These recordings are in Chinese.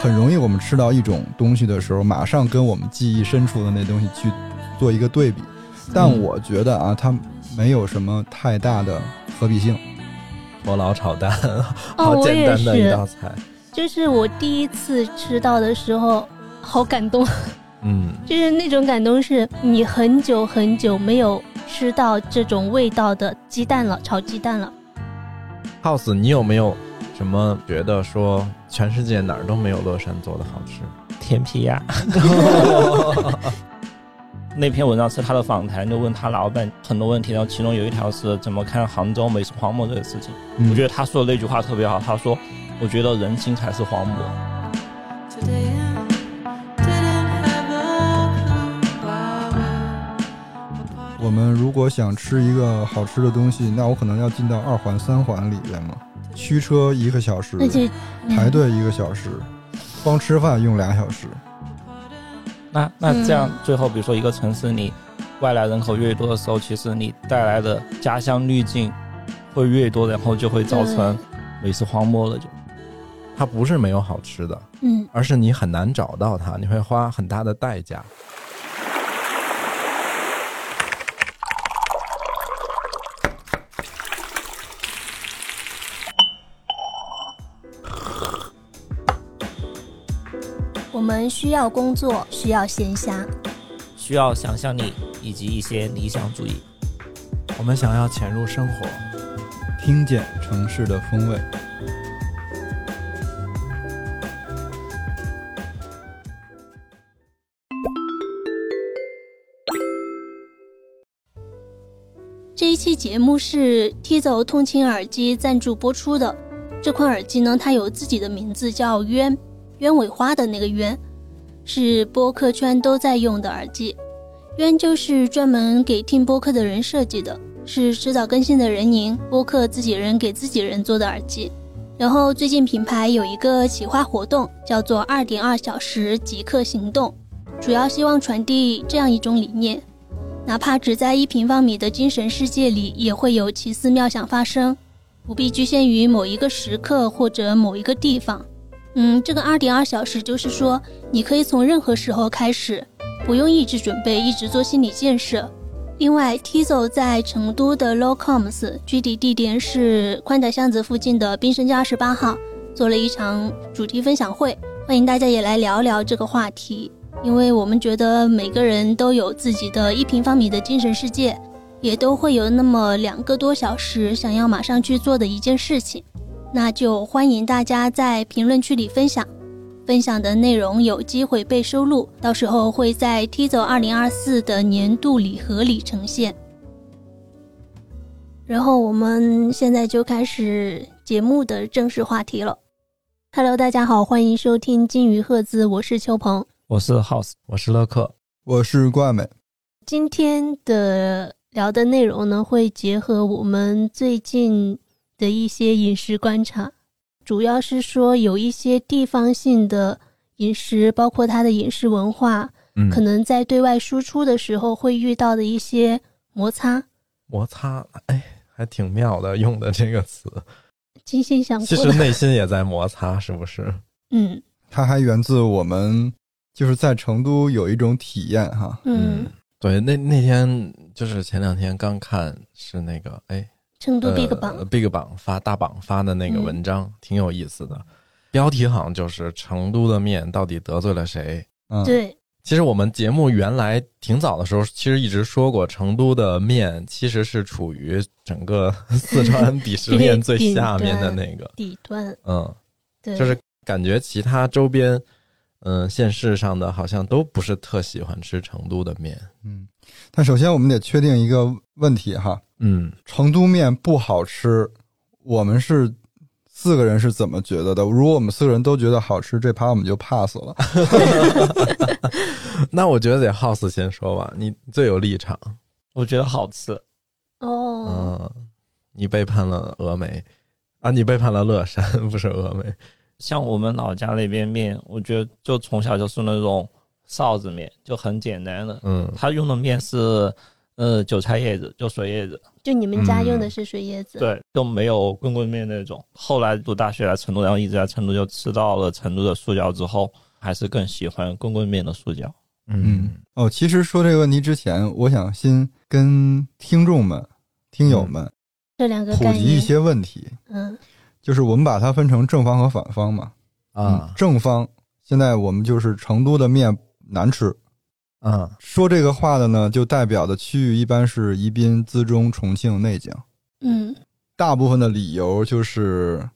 很容易我们吃到一种东西的时候，马上跟我们记忆深处的那东西去做一个对比。但嗯我觉得啊，它没有什么太大的合比性。佛老炒蛋，哦，好我简也单的一道是，菜。就是我第一次吃到的时候，好感动， 嗯，就是那种感动是你很久很久没有吃到这种味道的鸡蛋了，炒鸡蛋了。 House，你有没有什么觉得说全世界哪儿都没有乐山做的好吃？甜皮鸭。 那篇文章是他的访谈，就问他老板很多问题，然后其中有一条是怎么看杭州美食荒漠这个事情。嗯我觉得他说的那句话特别好，他说：“我觉得人心才是荒漠。 Today I didn't have a clue why we're 我们如果想吃一个好吃的东西，那我可能要进到二环、三环里边了，驱车一个小时，而且排队一个小时，光吃饭用俩小时。那那这样嗯，最后比如说一个城市你外来人口越多的时候，其实你带来的家乡滤镜会越多，然后就会造成美食荒漠了就。它不是没有好吃的，嗯，而是你很难找到它，你会花很大的代价。我们需要工作，需要闲暇，需要想象力以及一些理想主义。我们想要潜入生活，听见城市的风味。这一期节目是 T 走通勤耳机赞助播出的。这款耳机呢，它有自己的名字，叫鸢鸢尾花的那个鸢，是播客圈都在用的耳机。鸢就是专门给听播客的人设计的，是迟早更新的人宁播客自己人给自己人做的耳机。然后最近品牌有一个企划活动，叫做“二点二小时即刻行动”，主要希望传递这样一种理念：哪怕只在一平方米的精神世界里，也会有奇思妙想发生，不必局限于某一个时刻或者某一个地方。嗯，这个二点二小时就是说，你可以从任何时候开始，不用一直准备，一直做心理建设。另外，Tizo 在成都的 Lowcoms 具体地点是宽窄巷子附近的滨生街二十八号，做了一场主题分享会，欢迎大家也来聊聊这个话题。因为我们觉得每个人都有自己的一平方米的精神世界，也都会有那么两个多小时想要马上去做的一件事情，那就欢迎大家在评论区里分享。分享的内容有机会被收录，到时候会在 T 走二零二四的年度礼盒里呈现。然后我们现在就开始节目的正式话题了。Hello，大家好，欢迎收听金鱼赫兹，我是秋鹏。我是 House，我是乐克，我是冠美，今天的聊的内容呢，会结合我们最近的一些饮食观察，主要是说有一些地方性的饮食，包括它的饮食文化，嗯，可能在对外输出的时候会遇到的一些摩擦。摩擦，哎，还挺妙的，用的这个词，精心想其过实的，内心也在摩擦，是不是？嗯它还源自我们就是在成都有一种体验哈，嗯，，对，那那天就是前两天刚看是那个，哎，成都 Big 嗯呃、榜， Big 榜发大榜发的那个文章、挺有意思的，标题好像就是“成都的面到底得罪了谁嗯，，对，”。其实我们节目原来挺早的时候，其实一直说过，成都的面其实是处于整个 四 川鄙视链最下面的那个，底端，嗯，对，就是感觉其他周边，嗯、县市上的好像都不是特喜欢吃成都的面，嗯。但首先我们得确定一个问题哈，嗯，成都面不好吃，我们是四个人是怎么觉得的？如果我们四个人都觉得好吃，这盘我们就 pass 了。那我觉得得 House 先说吧，你最有立场，我觉得好吃。哦，嗯，你背叛了峨眉啊！你背叛了乐山，不是峨眉。像我们老家那边面，我觉得就从小就是那种臊子面，就很简单的。嗯他用的面是呃，韭菜叶子，就水叶子，就你们家用的嗯是水椰子，对，就没有棍棍面那种。后来读大学来成都，然后一直在成都，就吃到了成都的素饺之后，还是更喜欢棍棍面的素饺。嗯 哦，其实说这个问题之前，我想先跟听众们、听嗯友们这两个普概及一念，些问题，嗯，就是我们把它分成正方和反方嘛。嗯啊正方现在我们就是成都的面难吃。啊说这个话的呢，就代表的区域一般是宜宾、资中、重庆、内江。嗯大部分的理由就是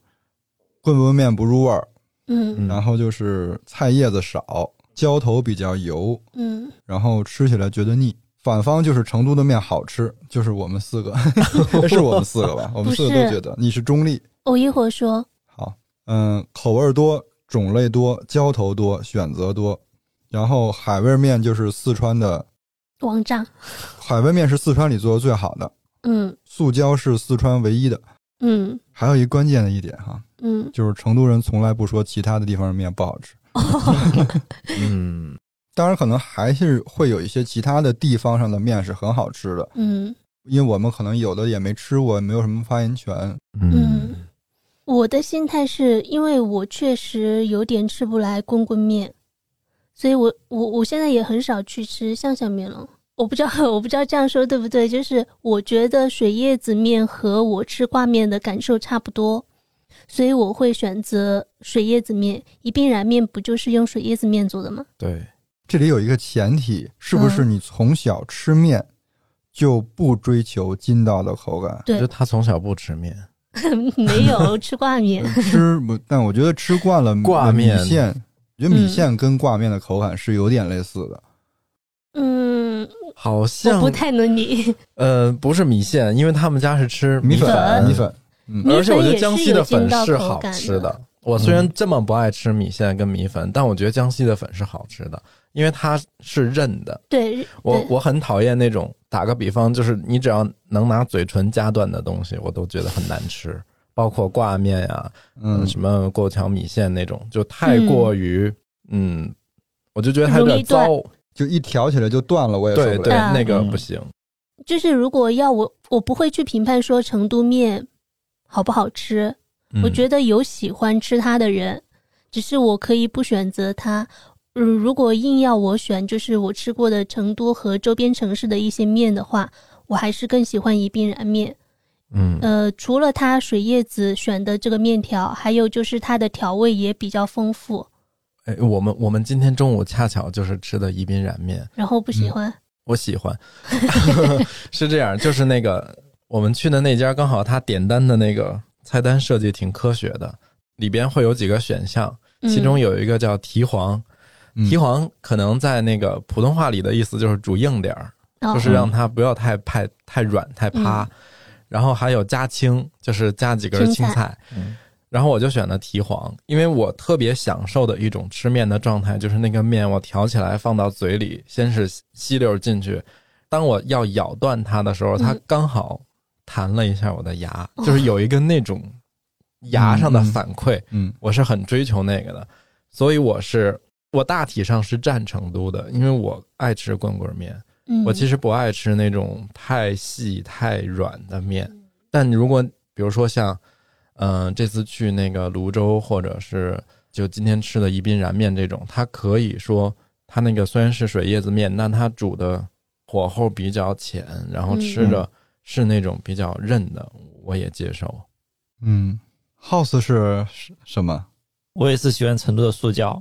棍棍面不入味儿，嗯嗯然后就是菜叶子少，浇头比较油，嗯，然后吃起来觉得腻。反方就是成都的面好吃，就是我们四 个，是我们四个吧？我们四个不都是觉得你是中立。我哦一会儿说，好，嗯，口味儿多，种类多，浇头多，选择多。然后海味面就是四川的，王炸，海味面是四川里做的最好的，嗯素椒是四川唯一的。嗯还有一关键的一点哈，嗯，就是成都人从来不说其他的地方的面不好吃。 嗯当然，可能还是会有一些其他的地方上的面是很好吃的，嗯，因为我们可能有的也没吃过，也没有什么发言权。嗯我的心态是因为我确实有点吃不来棍棍面，所以我我我现在也很少去吃象象面了。我不知道 我不知道这样说对不对，就是我觉得水叶子面和我吃挂面的感受差不多，所以我会选择水叶子面。宜宾燃面不就是用水叶子面做的吗？对这里有一个前提，是不是你从小吃面就不追求筋道的口 感？就他从小不吃面，没有吃挂面，吃不，但我觉得吃惯了呃挂面米线，我觉得米线跟挂面的口感是有点类似的。嗯，好我像不太能理。呃不是米线，因为他们家是吃米粉，米粉，嗯米而且我觉粉也得江是西有的筋粉道是口好感吃的。我虽然这么不爱吃米线跟米粉，但我觉得江西的粉是好吃的，因为它是韧的。对，我对我很讨厌那种，打个比方，就是你只要能拿嘴唇夹断的东西，我都觉得很难吃，包括挂面呀、嗯，什么过桥米线那种，就太过于嗯我就觉得它有容易点糟，就一挑起来就断了，我也受不对了。对，嗯那个不行。就是如果要我，我不会去评判说成都面好不好吃，嗯我觉得得有喜欢吃它的人，只是我可以不选择它。嗯，如果硬要我选，就是我吃过的成都和周边城市的一些面的话，我还是更喜欢宜宾燃面。嗯呃，除了它水叶子选的这个面条，还有就是它的调味也比较丰富，哎，我们我们今天中午恰巧就是吃的宜宾燃面，然后不喜嗯欢。我喜欢， 是这样，就是那个我们去的那家，刚好他点单的那个菜单设计挺科学的，里边会有几个选项，嗯其中有一个叫提黄，嗯提黄可能在那个普通话里的意思就是煮硬点儿，哦就是让它不要太太太软太趴。然后还有加青，就是加几根青青菜菜。嗯然后我就选了提黄，因为我特别享受的一种吃面的状态，就是那个面我挑起来放到嘴里，先是吸溜进去，当我要咬断它的时候，它嗯刚好弹了一下我的牙，就是有一个那种牙上的嗯嗯反馈，嗯我是很追求那个的，所以我是我大体上是站成都的，因为我爱吃棍棍面，嗯，我其实不爱吃那种太细太软的面，但如果比如说像，嗯、这次去那个泸州或者是就今天吃的宜宾燃面这种，它可以说它那个虽然是水叶子面，但它煮的火候比较浅，然后吃着是那种比较韧的，我也接受。嗯，house 是是什么？我也是喜欢成都的素饺，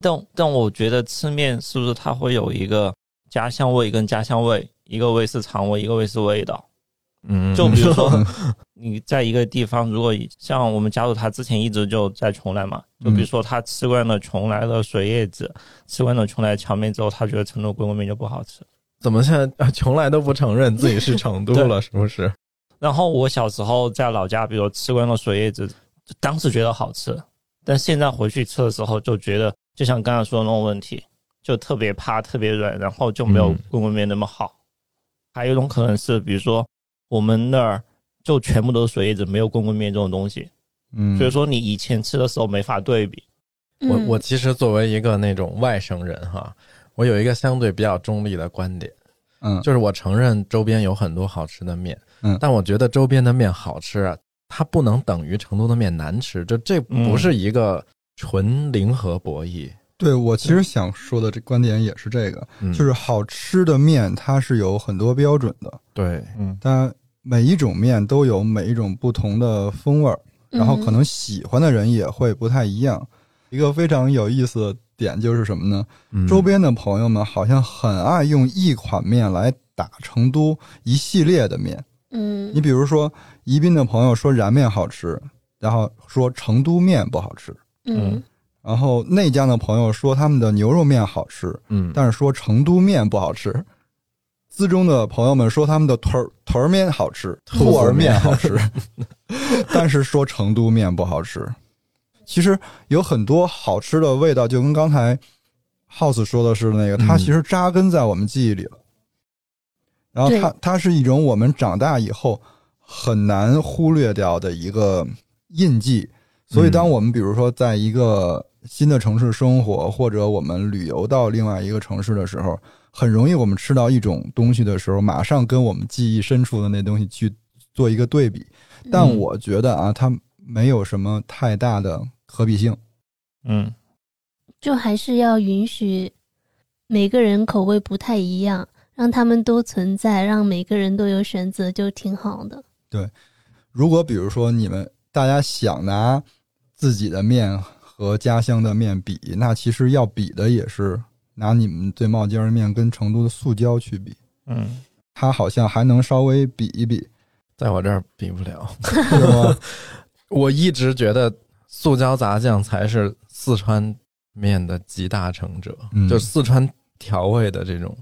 但但我觉得吃面是不是它会有一个家乡味跟家乡味，一个味是肠胃，一个味是味道。嗯，就比如说嗯，你在一个地方，如果以像我们加入他之前一直就在邛崃嘛，就比如说他吃惯了邛崃的水叶子，吃惯了邛崃荞面之后，他觉得成都棍棍面就不好吃。怎么现在啊邛崃都不承认自己是成都了，是不是？然后我小时候在老家，比如吃惯了水叶子，就当时觉得好吃，但现在回去吃的时候就觉得，就像刚才说的那种问题，就特别趴、特别软，然后就没有嗯棍棍面那么好。还有一种可能是，比如说我们那儿就全部都是水叶子，没有棍棍面这种东西， 嗯，所以说你以前吃的时候没法对比。我嗯我其实作为一个那种外省人哈，我有一个相对比较中立的观点，嗯就是我承认周边有很多好吃的面，嗯但我觉得周边的面好吃啊，它不能等于成都的面难吃，就这不是一个纯零和博弈，对我其实想说的这观点也是这个，嗯，就是好吃的面它是有很多标准的，对，嗯，它每一种面都有每一种不同的风味儿，然后可能喜欢的人也会不太一样。一个非常有意思的点就是什么呢？嗯周边的朋友们好像很爱用一款面来打成都一系列的面。嗯你比如说，宜宾的朋友说燃面好吃，然后说成都面不好吃，嗯然后内江的朋友说他们的牛肉面好吃，嗯，但是说成都面不好吃。资中的朋友们说他们的屯儿屯儿面好吃，兔兔子儿面面好吃， 但是说成都面不好吃。其实有很多好吃的味道，就跟刚才 House 说的是那个，它嗯其实扎根在我们记忆里了。然后它它是一种我们长大以后很难忽略掉的一个印记。所以，当嗯我们比如说在一个新的城市生活，或者我们旅游到另外一个城市的时候，很容易我们吃到一种东西的时候，马上跟我们记忆深处的那东西去做一个对比。但我觉得啊，它没有什么太大的可比性。嗯，就还是要允许每个人口味不太一样，让他们都存在，让每个人都有选择，就挺好的。如果比如说你们大家想拿自己的面和家乡的面比，那其实要比的也是拿你们最冒尖儿的面跟成都的塑胶去比，嗯，它好像还能稍微比一比，在我这儿比不了。 是吗？我一直觉得塑胶杂酱才是四川面的集大成者，嗯就四川调味的这种，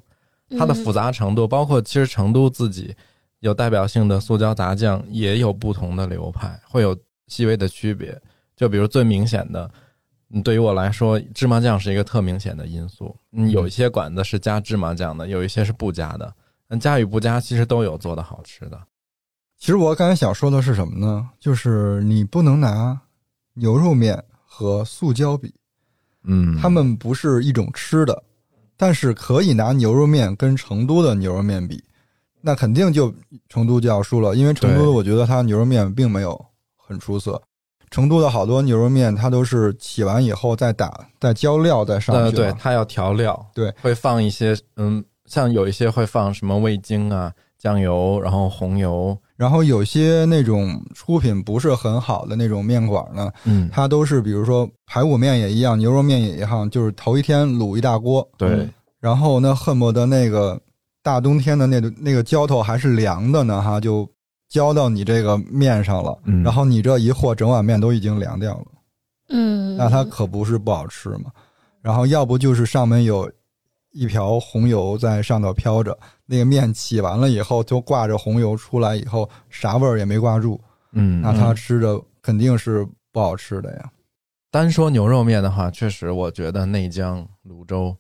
它的复杂程嗯度，包括其实成都自己有代表性的塑胶杂酱，也有不同的流派，会有细微的区别。就比如最明显的，嗯对于我来说，芝麻酱是一个特明显的因素。嗯，有一些馆子是加芝麻酱的，有一些是不加的。嗯，加与不加其实都有做的好吃的。其实我刚才想说的是什么呢？就是你不能拿牛肉面和塑胶比，嗯，它们不是一种吃的，但是可以拿牛肉面跟成都的牛肉面比，那肯定就成都就要输了，因为成都的对我觉得它牛肉面并没有很出色。成都的好多牛肉面，它都是起完以后再打、再浇料再上对去嘛。呃对，它要调料，对，会放一些嗯，像有一些会放什么味精啊、酱油，然后红油，然后有些那种出品不是很好的那种面馆呢，嗯，它都是比如说排骨面也一样，牛肉面也一样，就是头一天卤一大锅，对，然后呢，恨不得那个大冬天的那个那个浇头还是凉的呢，哈，就浇到你这个面上了。嗯然后你这一和，整碗面都已经凉掉了，嗯，那它可不是不好吃嘛。然后要不就是上面有一瓢红油在上头飘着，那个面起完了以后就挂着红油出来以后，啥味儿也没挂住，嗯，那它吃着肯定是不好吃的呀。单说牛肉面的话，确实我觉得内江、泸州，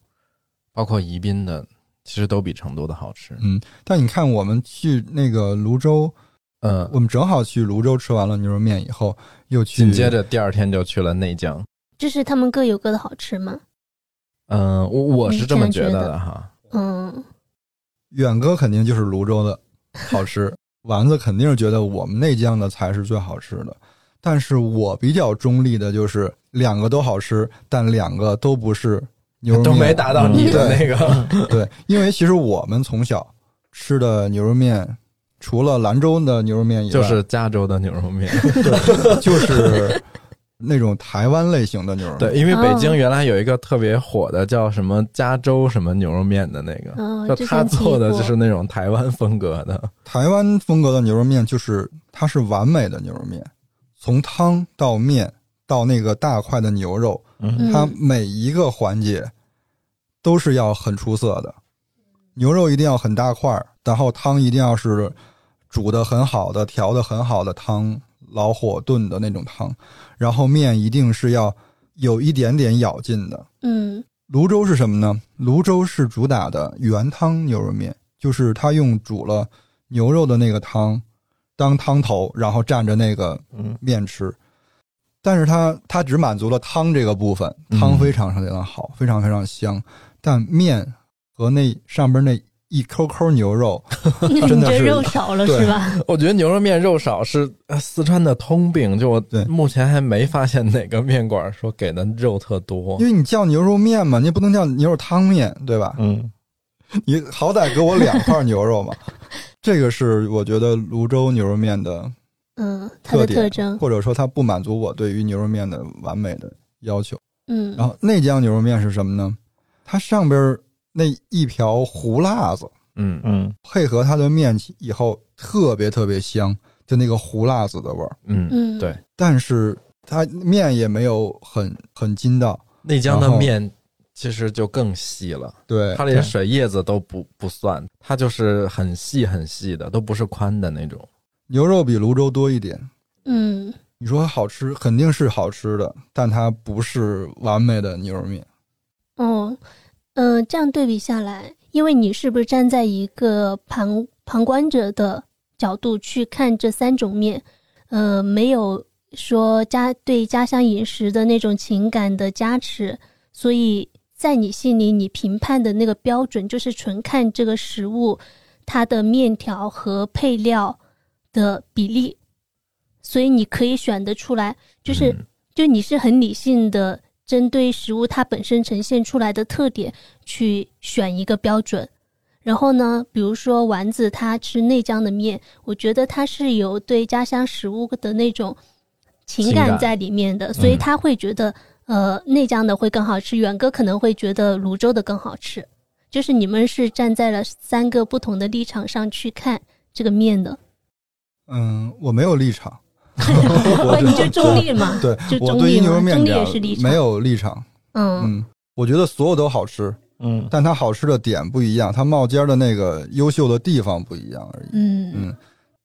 包括宜宾的，其实都比成都的好吃。嗯，但你看我们去那个泸州，嗯，我们正好去泸州吃完了牛肉面以后，又去紧接着第二天就去了内江。就是他们各有各的好吃嘛。嗯，我我是这么觉得的哈。嗯，远哥肯定就是泸州的好吃， 丸子肯定是觉得我们内江的才是最好吃的。但是我比较中立的就是两个都好吃，但两个都不是牛肉面，都没达到你的那 个，对，嗯因为其实我们从小吃的牛肉面，除了兰州的牛肉面以外，就是加州的牛肉面。嗯就是那种台湾类型的牛肉面。对，因为北哦京原来有一个特别火的叫什么加州什么牛肉面的那嗯个，哦就之他前提做的过就是那种台湾风格的，台湾风格的牛肉面就是它是完美的牛肉面，从汤到面到那个大块的牛肉，嗯它每一个环节都是要很出色的。牛肉一定要很大块儿，然后汤一定要是煮的很好的、调的很好的汤，老火炖的那种汤。然后面一定是要有一点点咬劲的。嗯泸州是什么呢？泸州是主打的原汤牛肉面，就是它用煮了牛肉的那个汤当汤头，然后蘸着那个嗯面吃。但是它它只满足了汤这个部分，嗯汤非常非常的好，非常非常香。但面和那上边那一抠抠牛肉， 你真的觉得是肉少了是对吧？我觉得牛肉面肉少是呃四川的通病，就我对目前还没发现哪个面馆说给的肉特哦多因。为你叫牛肉面嘛，你也不能叫牛肉汤面，对吧？嗯，你好歹给我两块牛肉嘛。 这个是我觉得泸州牛肉面的嗯，它特的点，特征，或者说它不满足我对于牛肉面的完美的要求。嗯然后内江牛肉面是什么呢？它上边儿那一瓢胡辣子嗯，嗯配合它的面以后，特别特别香，就那个胡辣子的味儿。嗯，嗯，对但是它面也没有很很筋道，内江的然后面其实就更细了，对，它连水叶子都不不算，它就是很细很细的，都不是宽的那种。牛肉比泸州多一点。嗯你说好吃肯定是好吃的，但它不是完美的牛肉面。哦，嗯、这样对比下来，因为你是不是站在一个旁旁观者的角度去看这三种面，呃，没有说家对家乡饮食的那种情感的加持，所以在你心里，你评判的那个标准就是纯看这个食物它的面条和配料的比例，所以你可以选得出来，就是。嗯就你是很理性的，针对食物它本身呈现出来的特点去选一个标准。然后呢，比如说丸子他吃内江的面，我觉得他是有对家乡食物的那种情情感感在里面的，所以他会觉得、呃内江的会更好吃，远哥可能会觉得泸州的更好吃。就是你们是站在了三个不同的立场上去看这个面的，嗯，我没有立 场，不你就中立嘛？对就我中对于立牛肉嘛，面中立也点是立场。没有立场。嗯嗯，我觉得所有都好吃，嗯但它好吃的点不一样，它冒尖儿的那个优秀的地方不一样而已。嗯嗯，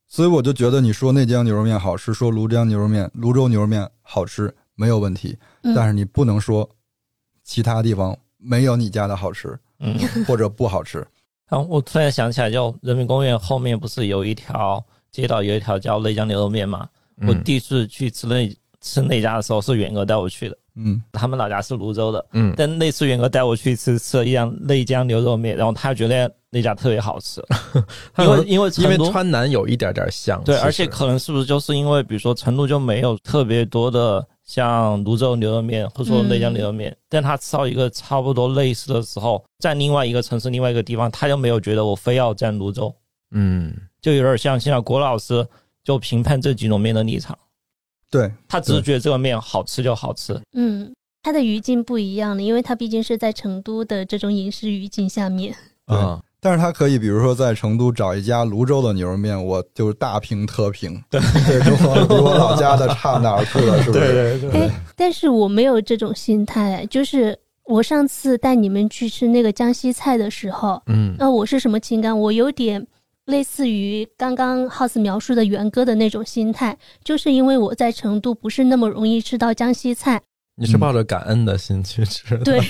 所以我就觉得你说内江牛肉面好吃，说泸江牛肉面、泸州牛肉面好吃没有问题，嗯但是你不能说其他地方没有你家的好吃嗯。或者不好吃。然后我突然想起来，就人民公园后面不是有一条街道，有一条叫内江牛肉面嘛？我嗯第一次去吃那吃那家的时候，是元哥带我去的。嗯，他们老家是泸州的，嗯，但那次元哥带我去吃吃了一样内江牛肉面，然后他觉得那家特别好吃，它可因为能因为因成为都川南有一点点像，对，其实而且可能是不是就是因为比如说成都就没有特别多的像泸州牛肉面或者说内江牛肉面，但他吃到一个差不多类似的时候，在另外一个城市另外一个地方，他就没有觉得我非要站泸州，嗯，就有点像现在郭老师就评判这几种面的立场，对，他只是觉得这个面好吃就好吃，嗯，它的语境不一样了，因为它毕竟是在成都的这种饮食语境下面。对啊但是它可以，比如说在成都找一家泸州的牛肉面，我就是大评特评，对，跟我比我老家的差哪儿去了，是不是？对对哎，但是我没有这种心态，就是我上次带你们去吃那个江西菜的时候，嗯那我是什么情感？我有点类似于刚刚 House 描述的元哥的那种心态，就是因为我在成都不是那么容易吃到江西菜，你是抱着感恩的心去吃的，对，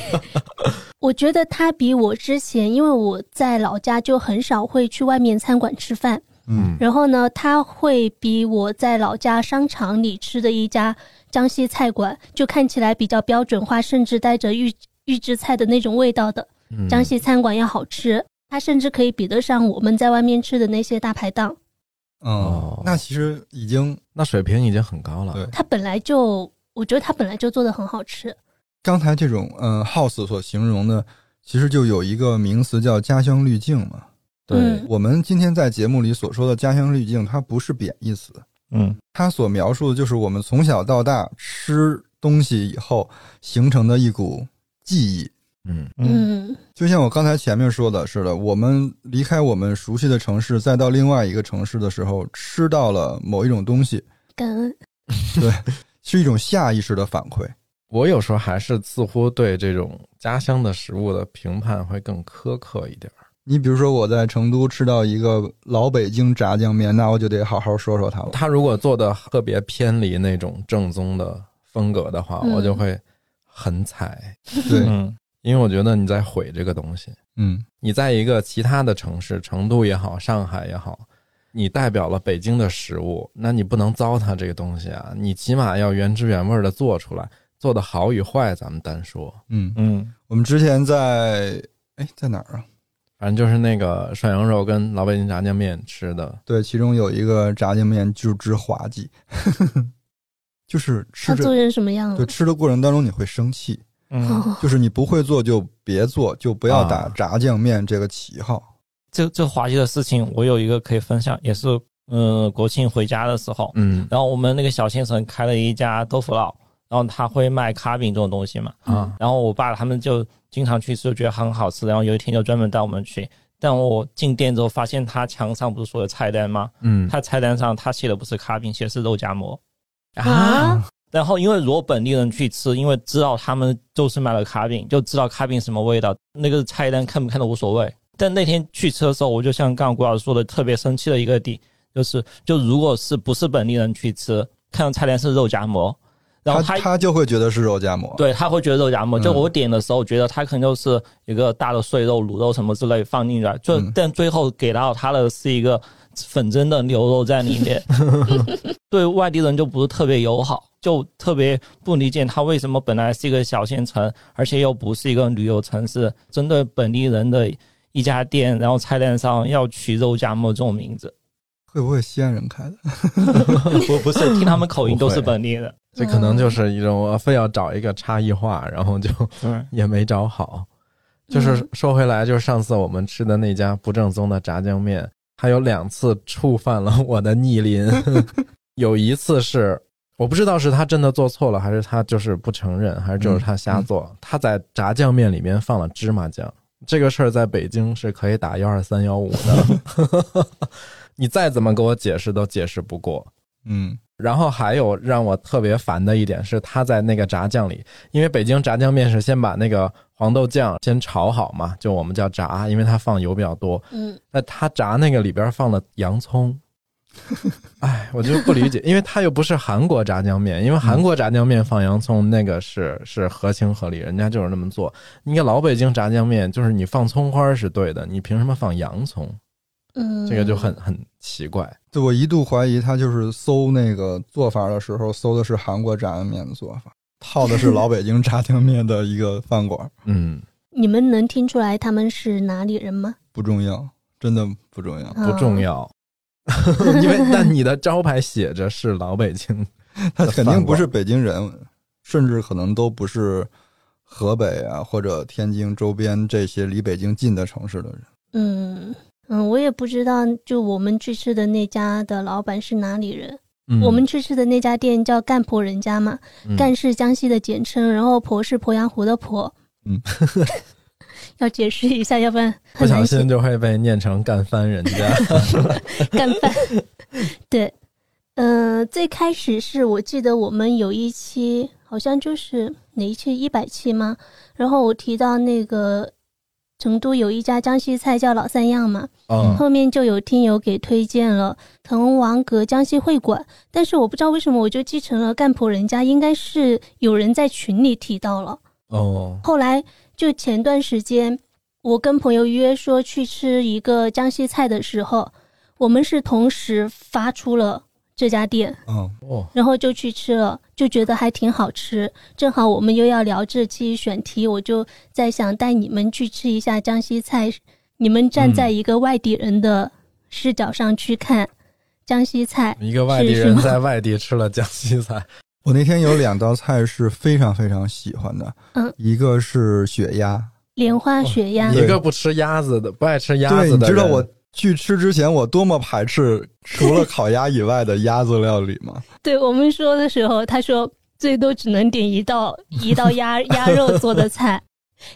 我觉得它比我之前，因为我在老家就很少会去外面餐馆吃饭。嗯，然后呢，它会比我在老家商场里吃的一家江西菜馆，就看起来比较标准化，甚至带着预预制菜的那种味道的嗯江西餐馆要好吃。它甚至可以比得上我们在外面吃的那些大排档，嗯哦，那其实已经那水平已经很高了，对它本来就，我觉得它本来就做的很好吃。刚才这种嗯 house 所形容的，其实就有一个名词叫家乡滤镜嘛。嗯我们今天在节目里所说的家乡滤镜，它不是贬义词，嗯它所描述的就是我们从小到大吃东西以后形成的一股记忆。嗯嗯嗯就像我刚才前面说的似的，我们离开我们熟悉的城市，再到另外一个城市的时候，吃到了某一种东西，感恩。是一种下意识的反馈。我有时候还是似乎对这种家乡的食物的评判会更苛刻一点儿。你比如说，我在成都吃到一个老北京炸酱面，那我就得好好说说 它了。他如果做的特别偏离那种正宗的风格的话，嗯我就会很踩，对，嗯因为我觉得你在毁这个东西。嗯，你在一个其他的城市，成都也好，上海也好，你代表了北京的食物，那你不能糟蹋这个东西啊！你起码要原汁原味的做出来，做的好与坏咱们单说。嗯，嗯我们之前在哎在哪儿啊？反正就是那个涮羊肉跟老北京炸酱面吃的，对，其中有一个炸酱面就之滑稽， 就是吃他着做成什么样对了？吃的过程当中你会生气， 嗯，哦，就是你不会做就别做，就不要打啊炸酱面这个旗号。这这滑稽的事情，我有一个可以分享，也是嗯、呃国庆回家的时候，嗯然后我们那个小县城开了一家豆腐脑，然后他会卖卡饼这种东西嘛，啊然后我爸他们就经常去吃，就觉得很好吃，然后有一天就专门带我们去。但我进店之后发现，他墙上不是说有菜单吗？嗯他菜单上他写的不是卡饼，写的是肉夹馍。啊，然后，因为如果本地人去吃，因为知道他们就是买了卡饼，就知道卡饼什么味道，那个菜单看不看都无所谓。但那天去吃的时候，我就像刚刚郭老师说的，特别生气的一个点就是，就如果是不是本地人去吃，看到菜单是肉夹馍，然后他他他就会觉得是肉夹馍，对他会觉得肉夹馍，就嗯我点的时候觉得他可能就是一个大的碎肉、卤肉什么之类放进来，啊就、嗯但最后给到他的是一个粉蒸的牛肉在里面，对外地人就不是特别友好，就特别不理解他为什么本来是一个小县城，而且又不是一个旅游城市，针对本地人的一家店，然后菜单上要取肉夹馍这种名字，会不会西安人开的？不 不是听他们口音都是不会本地人，这可能就是一种我呃非要找一个差异化，然后就 对，也没找好。就是嗯说回来，就是上次我们吃的那家不正宗的炸酱面，还有两次触犯了我的逆鳞。有一次是我不知道是他真的做错了，还是他就是不承认，还是就是他瞎做。他在炸酱面里面放了芝麻酱，这个事儿在北京是可以打幺二三幺五的。 你再怎么给我解释都解释不过。嗯，然后还有让我特别烦的一点是，他在那个炸酱里，因为北京炸酱面是先把那个黄豆酱先炒好嘛，就我们叫炸，因为它放油比较多。嗯，那他炸那个里边放了 洋葱，哎，我就不理解，因为它又不是韩国炸酱面，因为韩国炸酱面放洋葱那个是是合情合理，人家就是那么做。你个老北京炸酱面，就是你放葱花是对的，你凭什么放洋葱？嗯，这个就很很奇怪。对我一度怀疑他就是搜那个做法的时候搜的是韩国炸酱面的做法，套的是老北京炸酱面的一个饭馆，嗯，你们能听出来他们是哪里人吗？不重要，真的不重要。啊嗯不重要。 因为但你的招牌写着是老北京，他肯定不是北京人，甚至可能都不是河北啊或者天津周边这些离北京近的城市的人。嗯嗯，我也不知道，就我们去吃的那家的老板是哪里人。嗯我们去吃的那家店叫干婆人家嘛，嗯干是江西的简称，然后婆是鄱阳湖的婆。嗯， 要解释一下，要不然不很小难写心就会被念成干翻人家。 干饭。对，呃，最开始是我记得我们有一期好像就是哪一期一百期吗？然后我提到那个成都有一家江西菜叫老三样嘛，嗯后面就有听友给推荐了滕王阁江西会馆，但是我不知道为什么我就继承了干婆人家，应该是有人在群里提到了。哦，后来就前段时间，我跟朋友约说去吃一个江西菜的时候，我们是同时发出了这家店，嗯，哦，然后就去吃了，就觉得还挺好吃。正好我们又要聊这期选题，我就在想带你们去吃一下江西菜，你们站在一个外地人的视角上去看江西菜，一个外地是人吗在外地吃了江西 菜，我那天有两道菜是非常非常喜欢的，嗯一个是雪鸭，莲花雪鸭。一个不吃鸭子的，不爱吃鸭对，子的你知人，道我去吃之前我多么排斥除了烤鸭以外的鸭子料理吗？对我们说的时候，他说最多只能点一道一道鸭鸭肉做的菜，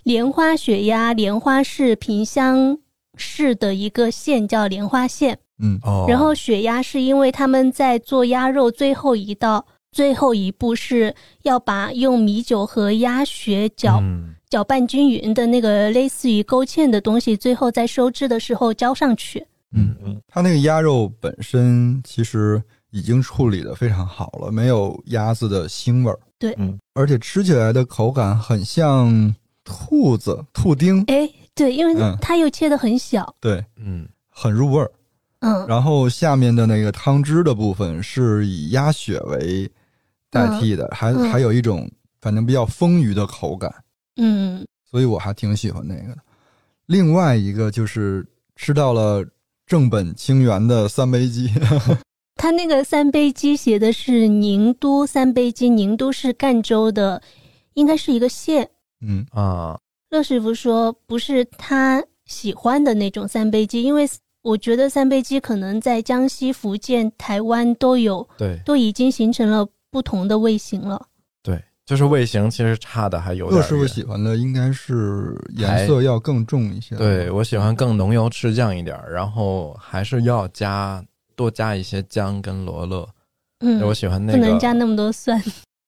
莲花雪鸭。莲花是萍乡市的一个县，叫莲花县。嗯，哦，然后雪鸭是因为他们在做鸭肉最后一道最后一步是要把用米酒和鸭血搅、嗯搅拌均匀的那个类似于勾芡的东西，最后在收汁的时候浇上去。嗯嗯它那个鸭肉本身其实已经处理的非常好了，没有鸭子的腥味儿。对嗯而且吃起来的口感很像兔子兔丁，哎，对，因为嗯它又切的很小，对，嗯很入味儿。嗯然后下面的那个汤汁的部分是以鸭血为代替的，还嗯还有一种反正比较丰腴的口感，嗯所以我还挺喜欢那个的。另外一个就是吃到了正本清源的三杯鸡， 他那个三杯鸡写的是宁都三杯鸡，宁都是赣州的，应该是一个县。嗯，啊，乐师傅说不是他喜欢的那种三杯鸡，因为我觉得三杯鸡可能在江西、福建、台湾都有，对都已经形成了不同的味型了。对，就是味型其实差的还有点乐远。师傅喜欢的应该是颜色要更重一些。对我喜欢更浓油赤酱一点儿，然后还是要加多加一些姜跟罗勒。嗯，我喜欢那不个能加那么多蒜。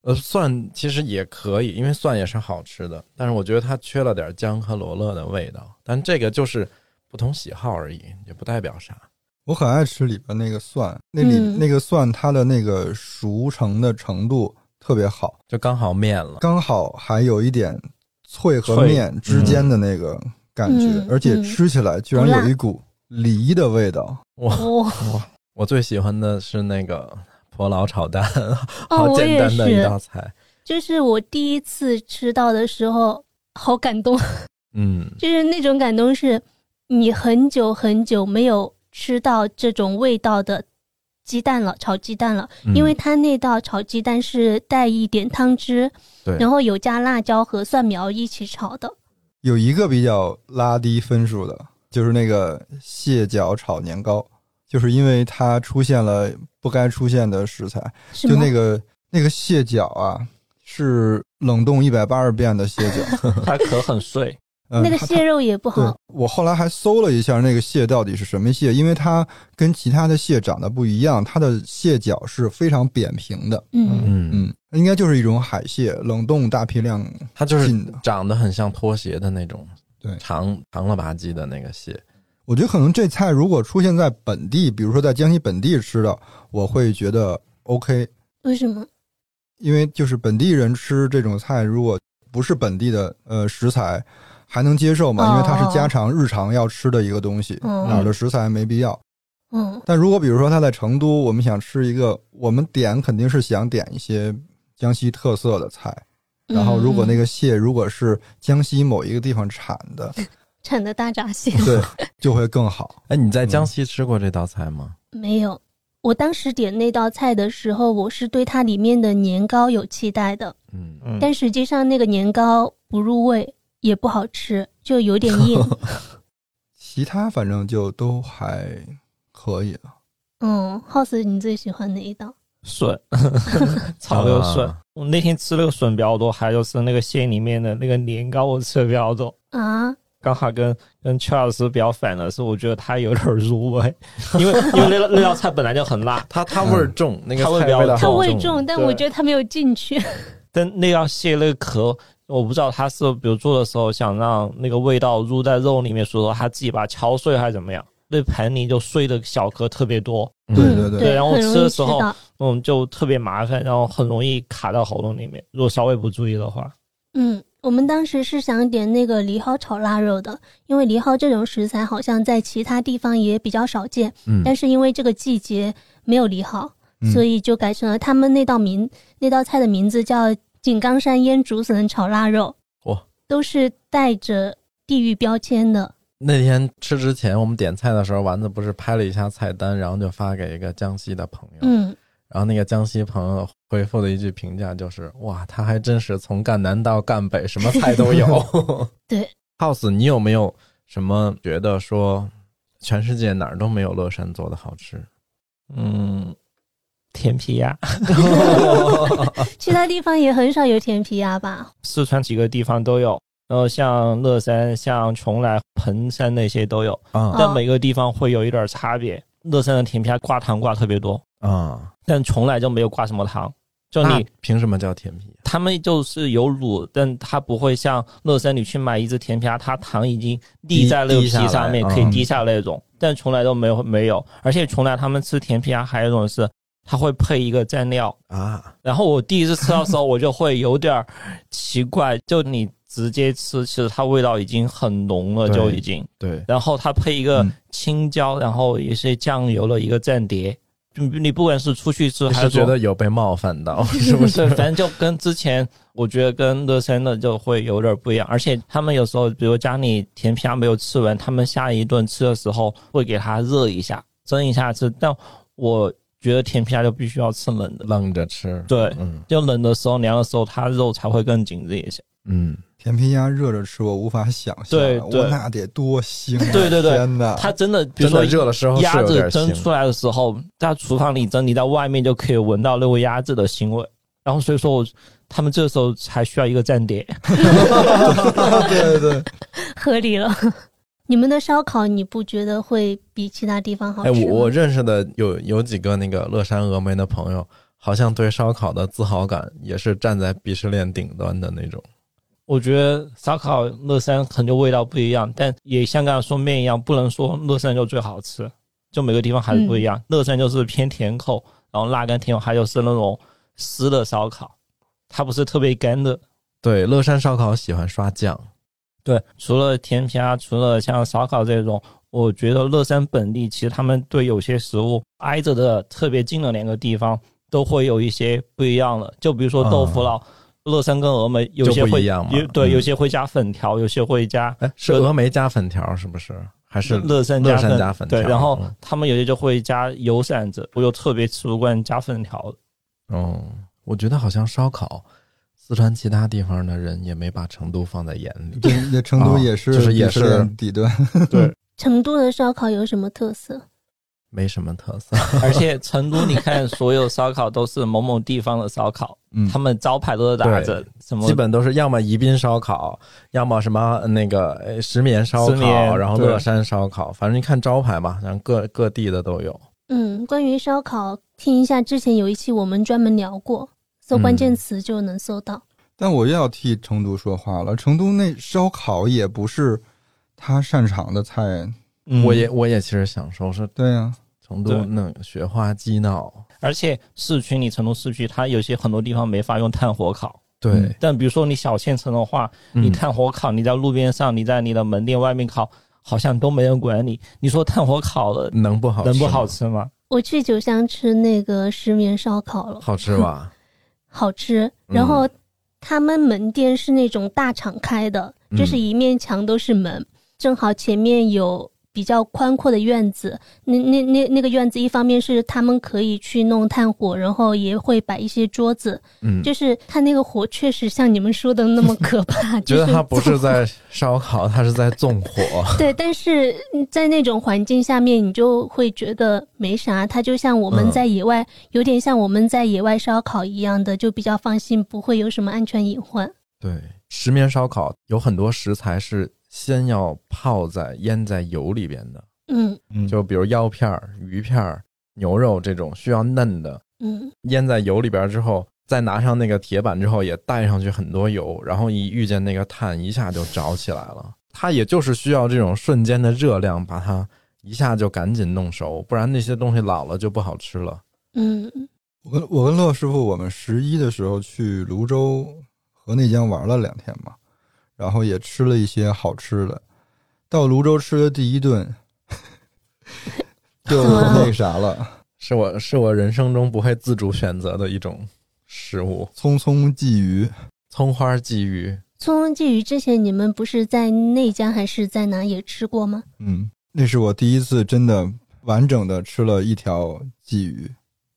呃，蒜其实也可以，因为蒜也是好吃的，但是我觉得它缺了点姜和罗勒的味道。但这个就是不同喜好而已，也不代表啥。我很爱吃里边那个蒜，那里、嗯那个蒜它的那个熟成的程度特别好，就刚好面了。刚好还有一点脆和脆嗯面之间的那个感觉，嗯而且嗯吃起来居然不辣有一股梨的味道。哇，哦我最喜欢的是那个婆老炒蛋，哦，好我简也单的一是，道菜。就是我第一次吃到的时候，好感动，嗯，就是那种感动是，你很久很久没有吃到这种味道的鸡蛋了，炒鸡蛋了，嗯因为它那道炒鸡蛋是带一点汤汁，对然后有加辣椒和蒜苗一起炒的。有一个比较拉低分数的，就是那个蟹脚炒年糕，就是因为它出现了不该出现的食材，是就吗？那个那个蟹脚啊，是冷冻一百八十遍的蟹脚。 它壳很碎，嗯那个蟹哦肉也不对好，，我后来还搜了一下那个蟹到底是什么蟹，因为它跟其他的蟹长得不一样，它的蟹脚是非常扁平的，嗯，嗯，嗯，应该就是一种海蟹，冷冻大批量它就是进的。长得很像拖鞋的那种，对长长了吧唧的那个蟹。我觉得可能这菜如果出现在本地，比如说在江西本地吃的，我会觉得 OK，为什么？因为就是本地人吃这种菜，如果不是本地的呃食材，还能接受嘛，因为它哦是家常日常要吃的一个东西，嗯哪儿的食材没必要。嗯但如果比如说他在成都，我们想吃一个，我们点肯定是想点一些江西特色的菜。然后，如果那个个蟹如果是江西某一个地方产 的，产的大闸蟹对，就会更好。哎，你在嗯江西吃过这道菜吗？ 没有。我当时点那道菜的时候，我是对它里面的年糕有期待的，嗯，嗯，但实际上那个年糕不入味，也不好吃，就有点硬。其他反正就都还可以了。嗯，House，你最喜欢哪一道？笋，炒那个笋啊。我那天吃那个笋比较多，还有吃那个蟹里面的那个年糕，我吃的比较多。啊，刚好跟跟邱老师比较反的是，我觉得他有点入味，因为因为那那道菜本来就很辣，它它味儿重，那个它味菜比较道它很味重，但我对觉得它没有进去。但那道蟹那个壳，我不知道他是比如做的时候想让那个味道入在肉里面，所以说他自己把它敲碎还是怎么样，那盘里就碎的小壳特别多，嗯对对对对然后很吃容易的吃时候到嗯，就特别麻烦，然后很容易卡到喉咙里面，如果稍微不注意的话。嗯，我们当时是想点那个藜蒿炒腊肉的，因为藜蒿这种食材好像在其他地方也比较少见，嗯但是因为这个季节没有藜蒿，嗯所以就改成了他们那道名那道菜的名字叫井冈山腌竹笋炒腊肉。哇，都是带着地域标签的。那天吃之前，我们点菜的时候，丸子不是拍了一下菜单，然后就发给一个江西的朋友。嗯，然后那个江西朋友回复的一句评价就是：“哇，他还真是从赣南到赣北，什么菜都有。” 对，House，你有没有什么觉得说全世界哪儿都没有乐山做的好吃？嗯，甜皮鸭，其他地方也很少有甜皮鸭吧？四川几个地方都有，然后像乐山、像邛崃、彭山那些都有，哦啊但每个地方会有一点儿差别。乐山的甜皮鸭挂糖挂特别多，啊，但邛崃就没有挂什么糖，就那你。凭什么叫甜皮？他们就是有卤，但它不会像乐山，你去买一只甜皮鸭，它糖已经滴滴在那滴个皮下来上面，可以嗯滴下那种。但邛崃都没有没有，而且邛崃他们吃甜皮鸭还有一种是，它会配一个蘸料，啊，然后我第一次吃到的时候，我就会有点儿奇怪，就你直接吃，其实它味道已经很浓了，对就已经。对，然后它配一个嗯青椒，然后也是酱油的一个蘸碟，就你不管是出去吃你还是是觉说得有被冒犯到， 是不对，是？反正就跟之前我觉得跟乐山的就会有点不一样，而且他们有时候比如家里甜皮没有吃完，他们下一顿吃的时候会给它热一下、蒸一下吃，但我觉得甜皮就必须要吃冷的，愣着吃，对，嗯就冷的时候、凉的时候，它肉才会更紧致一些。嗯，甜皮鸭热着吃，我无法想象，啊对对我那得多腥啊！对对对天哪，它真的，比真如说的热的时候是鸭有子点蒸出腥，来的时候，在厨房里蒸，你在外面就可以闻到那个鸭子的腥味。然后所以说我他们这时候才需要一个蘸碟，对对，合理了。 你们的烧烤你不觉得会比其他地方好哎，吃哦吗？我我认识的有有几个那个乐山峨眉的朋友，好像对烧烤的自豪感也是站在鄙视链顶端的那种。我觉得烧烤乐山可能就味道不一样，但也像刚才说面一样，不能说乐山就最好吃，就每个地方还是不嗯一样。乐山就是偏甜口，然后辣跟甜口，还有是那种湿的烧烤，它不是特别干的。对，乐山烧烤喜欢刷酱，对，除了甜皮啊，除了像烧烤这种，我觉得乐山本地其实他们对有些食物挨着的特别近的两个地方，都会有一些不一样的。就比如说豆腐脑，乐山跟峨眉嗯有就些不会一样嘛有对，嗯有些会加粉条，有些会加哎，是对峨眉加粉条是不是？还是乐山乐加山粉加粉条？对，然后嗯他们有些就会加油馓子，我就特别吃不惯加粉条的。哦，我觉得好像烧烤，四川其他地方的人也没把成都放在眼里。这这成都啊也是，就是也是底端， 成都的烧烤有什么特色？没什么特 色，而且成都，你看所有烧烤都是某某地方的烧烤，嗯他，们招牌都是打着什么基本都是要么宜宾烧烤，要么什么呃那个呃石棉烧石烤，棉然后对乐山烧烤，反正你看招牌嘛，然后各各地的都有。嗯，关于烧烤，听一下之前有一期我们专门聊过，搜关嗯键词就能搜到。但我又要替成都说话了，成都那烧烤也不是他擅长的菜，嗯我也我也其实想说是对啊呀、成都对那雪花鸡闹，而且市区里，成都市区它有些很多地方没法用炭火烤，嗯对，但比如说你小县城的话，你嗯炭火烤，你在路边上，你在你的门店外面烤，好像都没人管你。你说炭火烤了，能嗯不好能不吗好？吃吗？我去九香吃那个石棉烧烤了，好吃 吧？好吃。嗯然后他们门店是那种大敞开的，嗯就是一面墙都是门，正好前面有比较宽阔的院子。那那那那个院子，一方面是他们可以去弄炭火，然后也会摆一些桌子。嗯，就是它那个火确实像你们说的那么可 怕，觉就得是它不是在烧烤，它是在纵火。 对，但是嗯在那种环境下面，你就会觉得没啥。它就像我们嗯在野外，有点像我们在野外烧烤一样的，就比较放心，不会有什么安全隐患。对，石棉烧烤有很多食材是先要泡在腌在油里边的，嗯嗯就比如腰片儿、鱼片儿、牛肉这种需要嫩的，嗯，腌在油里边之后，再拿上那个铁板之后，也带上去很多油，然后一遇见那个炭，一下就着起来了。它也就是需要这种瞬间的热量，把它一下就赶紧弄熟，不然那些东西老了就不好吃了。嗯，我跟我跟乐师傅，我们十一的时候去泸州和内江玩了两天嘛，然后也吃了一些好吃的。到泸州吃的第一顿 就 怎么了那啥了，是我是我人生中不会自主选择的一种食物，葱葱鲫鱼，葱花鲫鱼。葱莴鲫鱼之前你们不是在内江还是在哪也吃过吗？嗯，那是我第一次真的完整的吃了一条鲫鱼，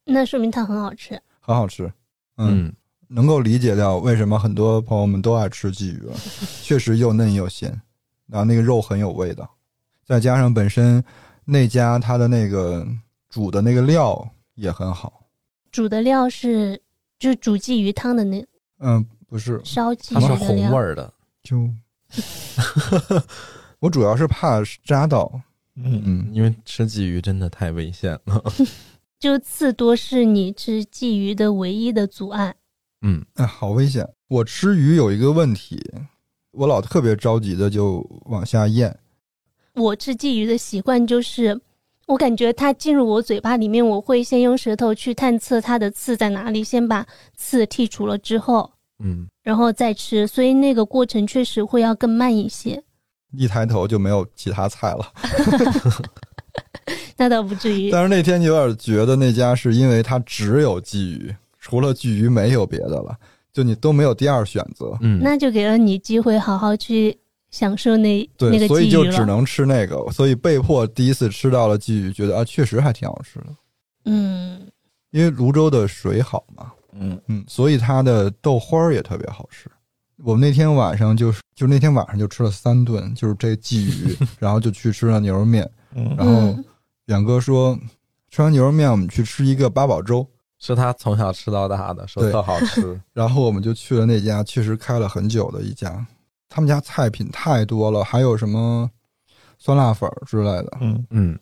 那说明它很好吃。很好吃。嗯，能够理解到为什么很多朋友们都爱吃鲫鱼了，啊确实又嫩又鲜，然后那个肉很有味道，再加上本身那家它的那个煮的那个料也很好。煮的料是就是煮鲫鱼汤的那嗯，不是，烧鲫它是鱼的红味料。儿的。就我主要是怕扎到。嗯，嗯，因为吃鲫鱼真的太危险了。就刺多是你吃鲫鱼的唯一的阻碍。嗯，哎，好危险！我吃鱼有一个问题，我老特别着急的就往下咽。我吃鲫鱼的习惯就是，我感觉它进入我嘴巴里面，我会先用舌头去探测它的刺在哪里，先把刺剔除了之后，嗯，然后再吃，所以那个过程确实会要更慢一些。一抬头就没有其他菜了，那倒不至于。但是那天有点觉得那家是因为它只有鲫鱼，除了鲫鱼没有别的了，就你都没有第二选择，嗯，那就给了你机会好好去享受那对，那个所以鲫就鱼只了。能吃那个，所以被迫第一次吃到了鲫鱼，觉得啊，确实还挺好吃的，嗯，因为泸州的水好嘛，嗯，嗯，所以它的豆花儿也特别好吃。我们那天晚上就是，就那天晚上就吃了三顿，就是这鲫鱼，然后就去吃了牛肉面，嗯然后嗯远哥说，吃完牛肉面我们去吃一个八宝粥，是他从小吃到大的，说对特好 吃。然后我们就去了那家确实开了很久的一家，他们家菜品太多了，还有什么酸辣粉儿之类的。嗯，嗯，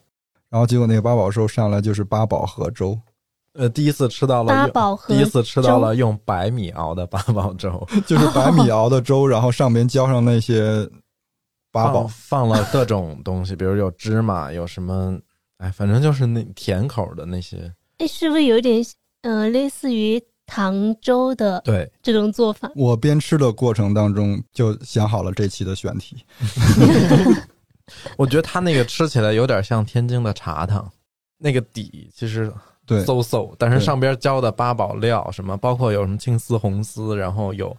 然后结果那个八宝粥上来就是八宝河粥， 呃，第一次吃到了八用宝和第一次吃到粥了用白米熬的八宝粥，就是白米熬的粥，然后上面浇上那些 八宝放。放了各种东西，比如有芝麻， 有什么，哎，反正就是那甜口的那些。哎，是不是有点呃类似于糖粥的对，这种做法？我边吃的过程当中就想好了这期的选题，我觉得它那个吃起来有点像天津的茶汤，那个底其实对，嗖嗖，但是对上边浇的八宝料什么，包括有什么青丝、红丝，然后有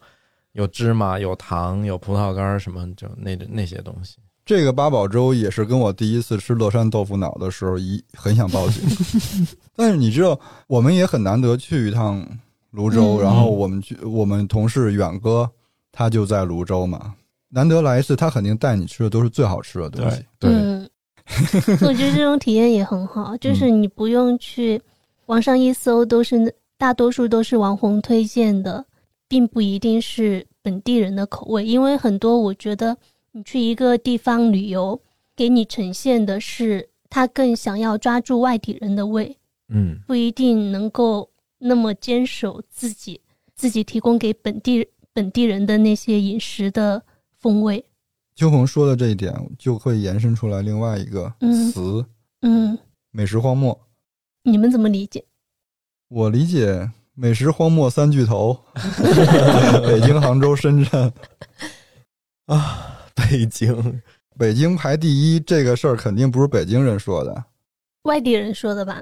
有芝麻、有糖、有葡萄干儿什么，就那那些东西。这个八宝粥也是跟我第一次吃乐山豆腐脑的时候一很想报警， 但是你知道，我们也很难得去一趟泸州，嗯然后我们去，我们同事远哥他就在泸州嘛，难得来一次，他肯定带你吃的都是最好吃的东西。嗯，我觉得这种体验也很好，嗯就是你不用去网上一搜，都是大多数都是网红推荐的，并不一定是本地人的口味，因为很多我觉得你去一个地方旅游，给你呈现的是他更想要抓住外地人的味， 嗯，不一定能够那么坚守自己自己提供给本地本地人的那些饮食的风味。秋红说的这一点，就会延伸出来另外一个嗯词、嗯，美食荒漠”。你们怎么理解？我理解美食荒漠三巨头： 北京、杭州、深圳。北京北京排第一，这个事儿肯定不是北京人说的。外地人说的吧，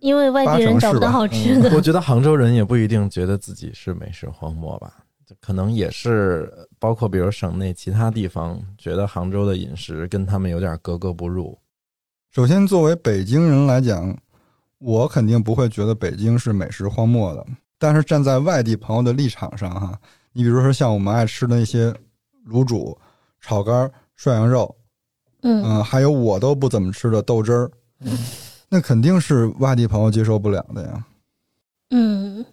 因为外地八成人是找不到吧好吃的。 我觉得杭州人也不一定觉得自己是美食荒漠吧，就可能也是包括比如省内其他地方，觉得杭州的饮食跟他们有点格格不入。首先，作为北京人来讲，我肯定不会觉得北京是美食荒漠的。但是站在外地朋友的立场上，哈，你比如说像我们爱吃的那些卤煮、炒肝儿、涮羊肉，嗯嗯、还有我都不怎么吃的豆汁儿，那肯定是外地朋友接受不了的呀。嗯，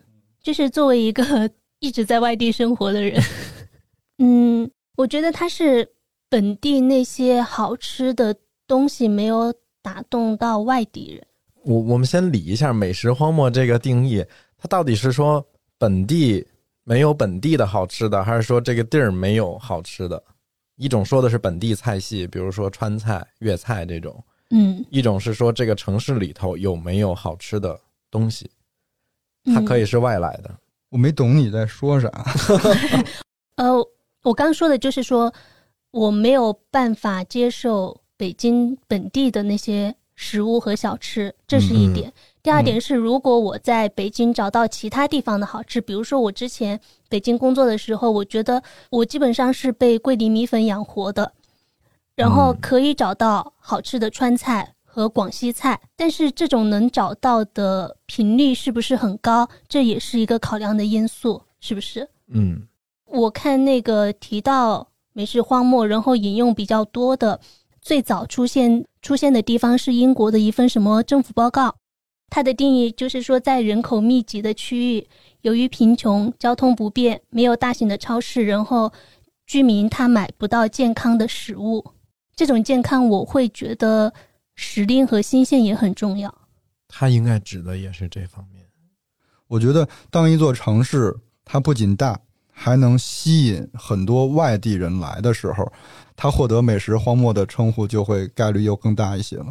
就是作为一个一直在外地生活的人， 嗯，我觉得他是本地那些好吃的东西没有打动到外地人。我我们先理一下美食荒漠这个定义，它到底是说本地没有本地的好吃的，还是说这个地儿没有好吃的？一种说的是本地菜系，比如说川菜、粤菜这种；嗯，一种是说这个城市里头有没有好吃的东西，它嗯可以是外来的。我没懂你在说啥，呃，我刚说的就是说，我没有办法接受北京本地的那些食物和小吃，这是一点。第二点是，如果我在北京找到其他地方的好吃，比如说我之前北京工作的时候，我觉得我基本上是被桂林米粉养活的，然后嗯可以找到好吃的川菜和广西菜，但是这种能找到的频率是不是很高，这也是一个考量的因素，是不是？嗯我看那个提到美食荒漠，然后引用比较多的，最早出现出现的地方是英国的一份什么政府报告，它的定义就是说，在人口密集的区域，由于贫穷、交通不便，没有大型的超市，然后居民他买不到健康的食物。这种健康，我会觉得时令和新鲜也很重要。它应该指的也是这方面。我觉得当一座城市它不仅大，还能吸引很多外地人来的时候，它获得“美食荒漠”的称呼就会概率又更大一些了。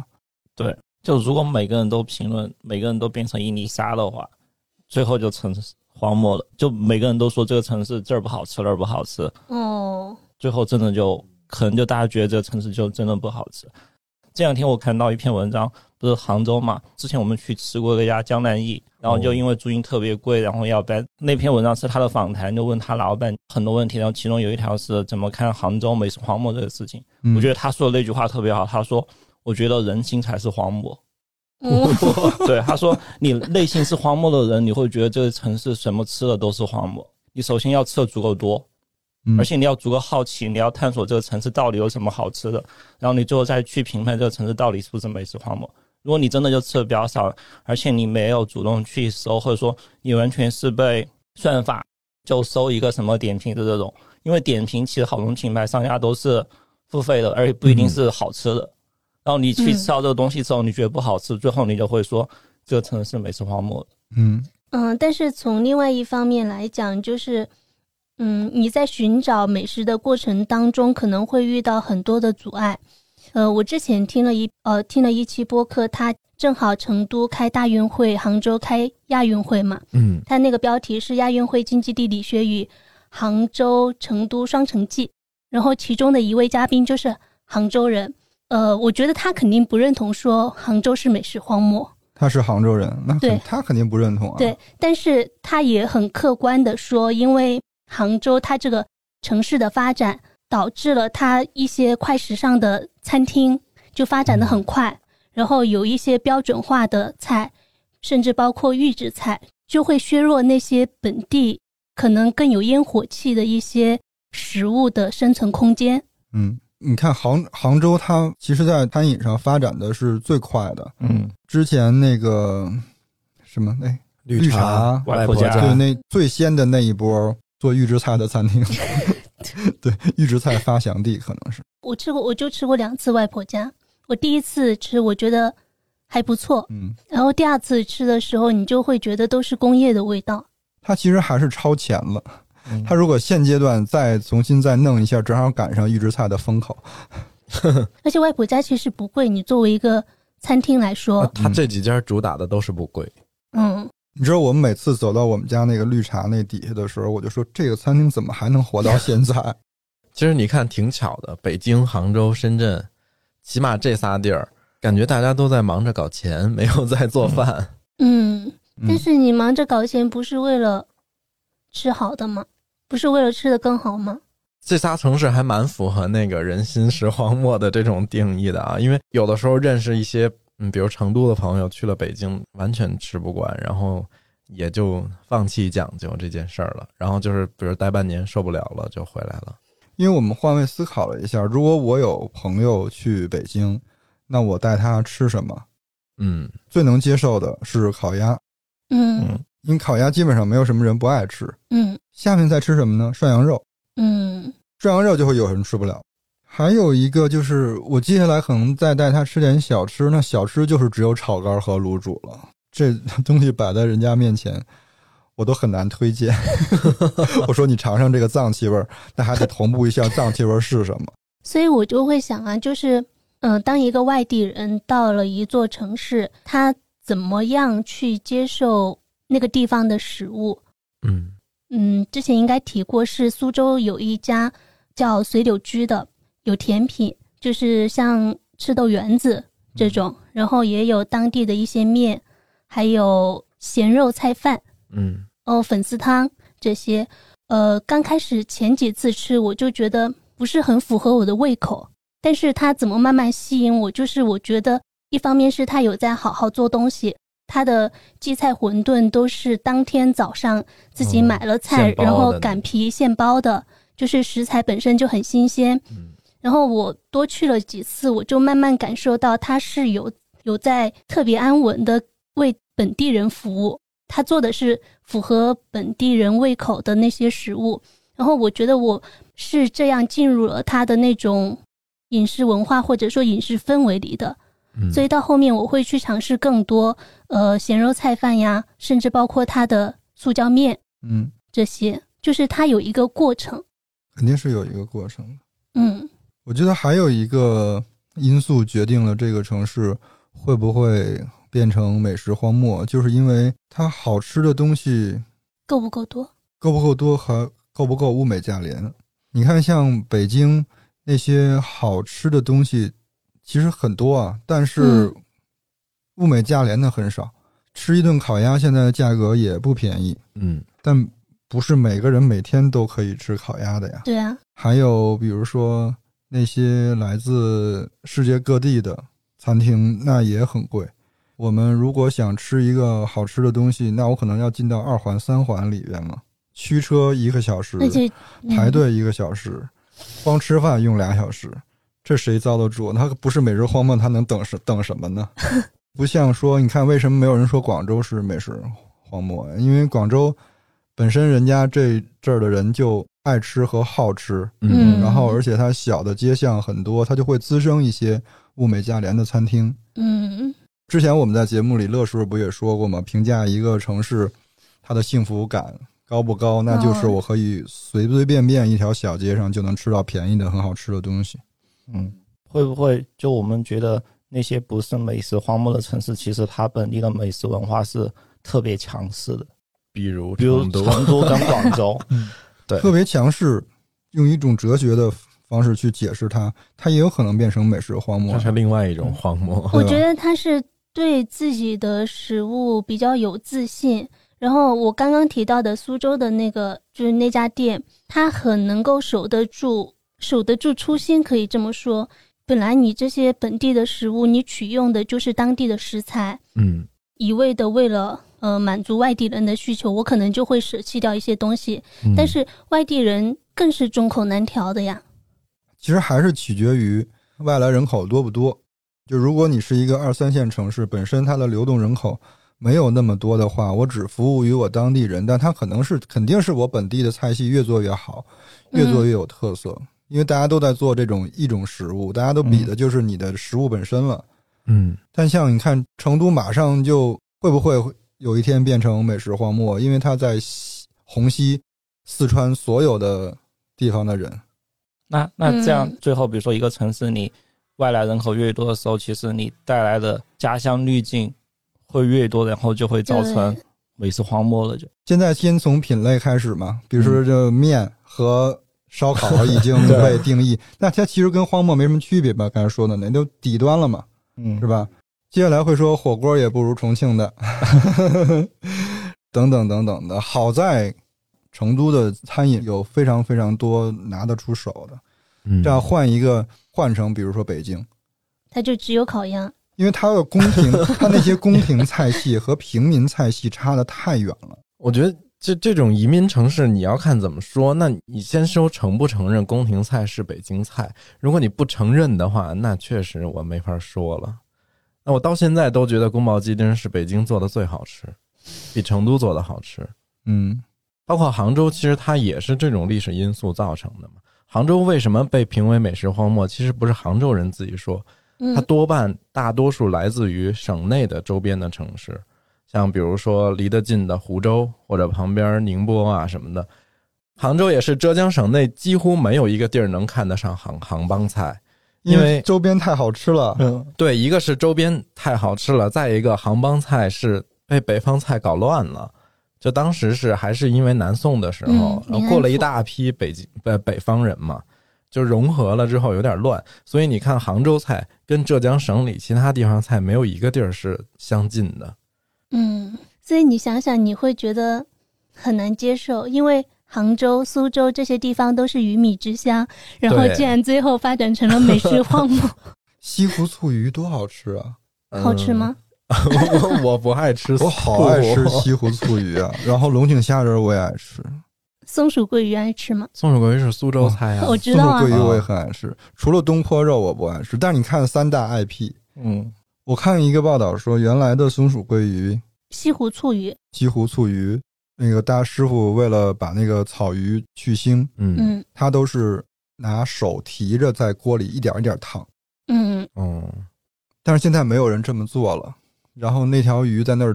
就如果每个人都评论，每个人都变成一粒沙的话，最后就成荒漠了。就每个人都说这个城市这儿不好吃，那儿不好吃，哦， 最后真的就可能就大家觉得这个城市就真的不好吃。这两天我看到一篇文章，不是杭州嘛？之前我们去吃过一家江南忆，然后就因为租金特别贵，然后要搬。那篇文章是他的访谈，就问他老板很多问题，然后其中有一条是怎么看杭州美食荒漠这个事情。嗯我觉得他说的那句话特别好，他说：“我觉得人心才是荒漠。”嗯，对，他说你内心是荒漠的人，你会觉得这个城市什么吃的都是荒漠。你首先要吃的足够多，嗯而且你要足够好奇，你要探索这个城市到底有什么好吃的，然后你最后再去评判这个城市到底是不是美食荒漠。如果你真的就吃的比较少，而且你没有主动去搜，或者说你完全是被算法就搜一个什么点评的这种，因为点评其实好多品牌商家都是付费的，而且不一定是好吃的。然后你去吃到这个东西之后，你觉得不好吃，最后你就会说这个城市美食荒漠。嗯嗯，但是从另外一方面来讲，就是，嗯，你在寻找美食的过程当中，可能会遇到很多的阻碍。呃，我之前听了一呃听了一期播客，它正好成都开大运会，杭州开亚运会嘛，嗯它那个标题是《亚运会经济地理学与杭州、成都双城记》，然后其中的一位嘉宾就是杭州人，呃，我觉得他肯定不认同说杭州是美食荒漠，他是杭州人，那肯对他肯定不认同啊。对，但是他也很客观的说，因为杭州它这个城市的发展，导致了它一些快时尚的餐厅就发展的很快，然后有一些标准化的菜，甚至包括预制菜，就会削弱那些本地可能更有烟火气的一些食物的生存空间。嗯，你看杭杭州，它其实在餐饮上发展的是最快的。嗯，之前那个什么那绿茶茶、外外婆家家对那最先的那一波做预制菜的餐厅， 对预制菜发祥地可能是。我吃过，我就吃过两次外婆家，我第一次吃我觉得还不错，嗯，然后第二次吃的时候，你就会觉得都是工业的味道。它其实还是超前了。嗯它如果现阶段再重新再弄一下，正好赶上预制菜的风口。而且外婆家其实不贵，你作为一个餐厅来说，他这几家主打的都是不贵，嗯，你知道我们每次走到我们家那个绿茶那底下的时候，我就说这个餐厅怎么还能活到现在？其实你看挺巧的，北京、杭州、深圳，起码这仨地儿，感觉大家都在忙着搞钱，没有在做饭。嗯，但嗯是你忙着搞钱，不是为了吃好的吗？不是为了吃的更好吗？这仨城市还蛮符合那个“人心是荒漠”的这种定义的啊，因为有的时候认识一些，嗯，比如成都的朋友去了北京，完全吃不惯，然后也就放弃讲究这件事儿了。然后就是，比如待半年受不了了，就回来了。因为我们换位思考了一下，如果我有朋友去北京，那我带他吃什么？嗯，最能接受的是烤鸭，嗯因为烤鸭基本上没有什么人不爱吃。嗯下面再吃什么呢？涮羊肉，嗯涮羊肉就会有人吃不了。还有一个就是，我接下来可能再带他吃点小吃，那小吃就是只有炒肝和卤煮了。这东西摆在人家面前，我都很难推 荐。我说你尝尝这个藏气味儿，那还得同步一下藏气味儿是什么。所以我就会想啊，就是，呃，当一个外地人到了一座城市，他怎么样去接受那个地方的食物？嗯，嗯，之前应该提过，是苏州有一家叫随柳居的，有甜品，就是像赤豆圆子这种，然后也有当地的一些面，还有咸肉菜饭，嗯，哦，粉丝汤这些。呃，刚开始前几次吃，我就觉得不是很符合我的胃口，但是它怎么慢慢吸引我，就是我觉得一方面是它有在好好做东西。它的荠菜馄饨都是当天早上自己哦买了菜现，包然后的擀皮现包的，就是食材本身就很新鲜。嗯然后我多去了几次，我就慢慢感受到它是有有在特别安稳的为本地人服务，他做的是符合本地人胃口的那些食物。然后我觉得我是这样进入了他的那种饮食文化或者说饮食氛围里的，嗯所以到后面我会去尝试更多呃咸肉菜饭呀，甚至包括它的塑胶面嗯，这些，就是它有一个过程。肯定是有一个过程的。嗯我觉得还有一个因素决定了这个城市会不会变成美食荒漠，就是因为它好吃的东西够不够多？够不够多和够不够物美价廉。你看，像北京那些好吃的东西，其实很多啊，但是物美价廉的很少。吃一顿烤鸭现在价格也不便宜，嗯但不是每个人每天都可以吃烤鸭的呀。对啊，还有比如说那些来自世界各地的餐厅，那也很贵。我们如果想吃一个好吃的东西，那我可能要进到二环、三环里边了，驱车一个小时，那就排队一个小时，光吃饭用俩小时，这谁遭得住？他不是每日荒漠，他能等什等什么呢？不像说，你看为什么没有人说广州是美食荒漠？因为广州本身人家这这儿的人就爱吃和好吃，嗯然后而且它小的街巷很多，它就会滋生一些物美价廉的餐厅。嗯之前我们在节目里，乐叔叔不也说过吗？评价一个城市，它的幸福感高不高，那就是我可以随随便便一条小街上就能吃到便宜的、很好吃的东西。嗯，会不会就我们觉得那些不是美食荒漠的城市，其实它本地的美食文化是特别强势的，比如比如成都，成都跟广 州，对特别强势，用一种哲学的方式去解释它，它也有可能变成美食荒漠这。是另外一种荒漠。我觉得他是对自己的食物比较有自信。然后我刚刚提到的苏州的那个，就是那家店，他很能够守得住，守得住初心，可以这么说。本来你这些本地的食物，你取用的就是当地的食材，嗯一味的为了呃满足外地人的需求，我可能就会舍弃掉一些东西。嗯但是外地人更是众口难调的呀。其实还是取决于外来人口多不多。就如果你是一个二三线城市，本身它的流动人口没有那么多的话，我只服务于我当地人，但它可能是肯定是我本地的菜系越做越好，越做越有特色，因为大家都在做这种一种食物，大家都比的就是你的食物本身了。嗯，但像你看，成都马上就会不会有一天变成美食荒漠？因为它在西虹吸四川所有的地方的人，那那这样嗯，最后比如说一个城市你外来人口越多的时候，其实你带来的家乡滤镜会越多，然后就会造成美食荒漠了就。现在先从品类开始嘛，比如说这面和烧烤已经对被定义，那它其实跟荒漠没什么区别吧？刚才说的那都底端了嘛，嗯是吧？接下来会说火锅也不如重庆的， 等等等等的。好在成都的餐饮有非常非常多拿得出手的，嗯这样换一个换成比如说北京，他就只有烤鸭，因为它的宫廷，它那些宫廷菜系和平民菜系差得太远了。我觉得这这种移民城市，你要看怎么说。那你先说承不承认宫廷菜是北京菜？如果你不承认的话，那确实我没法说了。那我到现在都觉得宫保鸡丁是北京做的最好吃，比成都做的好吃。嗯，包括杭州，其实它也是这种历史因素造成的嘛。杭州为什么被评为美食荒漠？其实不是杭州人自己说，嗯它，多半大多数来自于省内的周边的城市，像比如说离得近的湖州或者旁边宁波啊什么的。杭州也是浙江省内几乎没有一个地儿能看得上杭杭帮菜。因因为为周边太好吃了。嗯，对，一个是周边太好吃了，再一个杭帮菜是被北方菜搞乱了。就当时是还是因为南宋的时候嗯，然后宁过安了一府大批北京呃北方人嘛，就融合了之后有点乱，所以你看杭州菜跟浙江省里其他地方菜没有一个地儿是相近的。嗯，所以你想想，你会觉得很难接受，因为杭州、苏州这些地方都是鱼米之乡，然后对竟然最后发展成了美食荒漠， 西湖醋鱼多好吃啊！嗯嗯好吃吗？我呃 我不爱吃醋，我好爱吃西湖醋鱼啊！然后龙井虾仁儿我也爱吃，松鼠桂鱼爱吃吗？松鼠桂鱼是苏州菜啊我，知松道鼠啊桂，鱼我也很爱吃，除了东坡肉我不爱吃。但是你看三大 IP，嗯，我看一个报道说，原来的松鼠桂鱼、西湖醋鱼，西湖醋鱼，那个大师傅为了把那个草鱼去腥，嗯嗯他都是拿手提着在锅里一点一点烫。嗯，嗯，但是现在没有人这么做了。然后那条鱼在那儿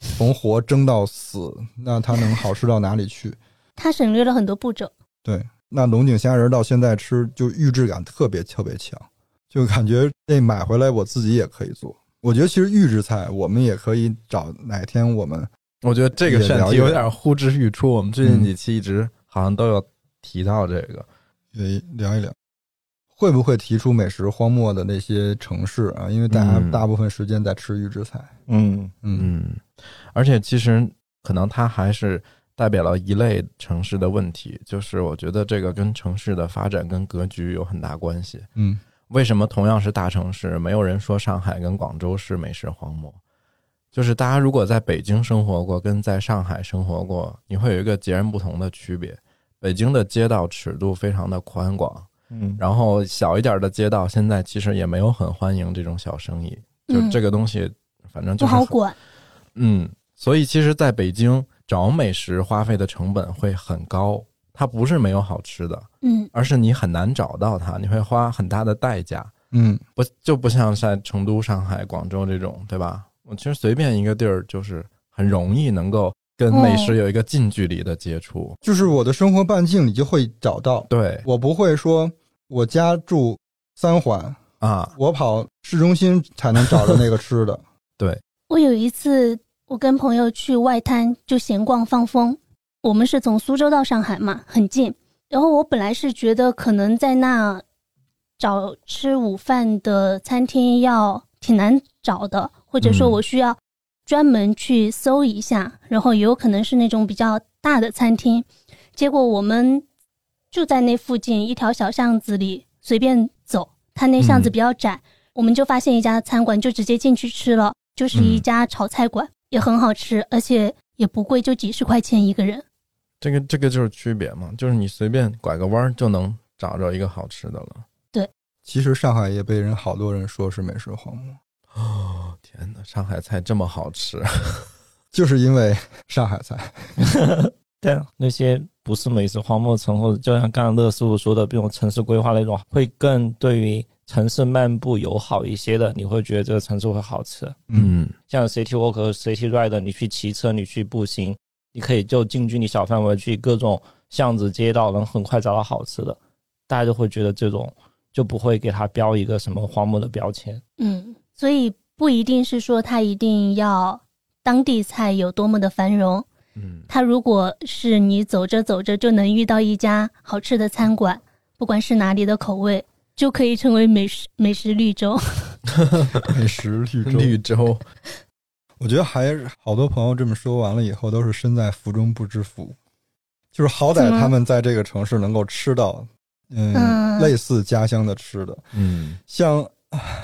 从活蒸到死，那它能好吃到哪里去？它省略了很多步骤，对，那龙井虾仁儿到现在吃就预制感特别特别强，就感觉这买回来我自己也可以做。我觉得其实预制菜我们也可以找哪天我们我觉得这个也选了题解有点呼之欲出，我们最近嗯几期一直好像都有提到这个。也聊一聊。会不会提出美食荒漠的那些城市啊？因为大家嗯大部分时间在吃预制菜。嗯，嗯嗯，而且其实可能它还是代表了一类城市的问题，就是我觉得这个跟城市的发展跟格局有很大关系。嗯为什么同样是大城市，没有人说上海跟广州是美食荒漠？就是大家如果在北京生活过，跟在上海生活过，你会有一个截然不同的区别。北京的街道尺度非常的宽广，嗯，然后小一点的街道现在其实也没有很欢迎这种小生意，就嗯这个东西，反正不就是好很管。嗯，所以其实在北京找美食花费的成本会很高，它不是没有好吃的，嗯，而是你很难找到它，你会花很大的代价。嗯不就不像在成都、上海、广州这种，对吧？我其实随便一个地儿，就是很容易能够跟美食有一个近距离的接触。就是我的生活半径里就会找到，对我不会说我家住三环，啊，我跑市中心才能找着那个吃的。我有一次，我跟朋友去外滩就闲逛放风。我们是从苏州到上海嘛，很近。然后我本来是觉得可能在那找吃午饭的餐厅要挺难找的，或者说嗯我需要专门去搜一下，然后也有可能是那种比较大的餐厅。结果我们就在那附近一条小巷子里随便走，它那巷子嗯比较窄，我们就发现一家餐馆，就直接进去吃了，就是一嗯家炒菜馆，也很好吃，而且也不贵，就几十块钱一个人。这个这个就是区别嘛，就是你随便拐个弯儿就能找着一个好吃的了。其实上海也被人好多人说是美食荒漠，哦，天哪，上海菜这么好吃， 就是因为上海菜。但那些不是美食荒漠城，或者就像刚刚乐师傅说的，这种城市规划那种，会更对于城市漫步友好一些的，你会觉得这个城市会好吃。嗯像 City Walk 和 City Ride，你去骑车，你去步行，你可以就近距离小范围去各种巷子、街道，能很快找到好吃的，大家就会觉得这种就不会给它标一个什么荒漠的标签。嗯，所以不一定是说它一定要当地菜有多么的繁荣，嗯，它如果是你走着走着就能遇到一家好吃的餐馆，不管是哪里的口味，就可以成为美食美食绿洲。 美食绿洲，绿洲，我觉得还是好多朋友这么说完了以后，都是身在福中不知福，就是好歹怎么他们在这个城市能够吃到，嗯，嗯类似家乡的吃的，嗯像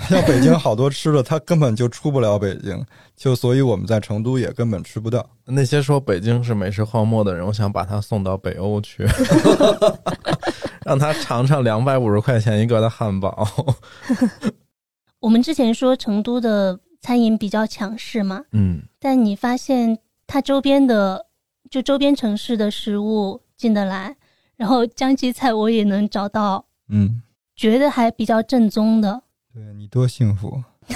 像北京好多吃的，它根本就出不了北京，就所以我们在成都也根本吃不到。那些说北京是美食荒漠的人，我想把他送到北欧去， 让他尝尝两百五十块钱一个的汉堡。 我们之前说成都的餐饮比较强势嘛，嗯，但你发现它周边的，就周边城市的食物进得来，然后江西菜我也能找到，嗯，觉得还比较正宗的。对你多幸福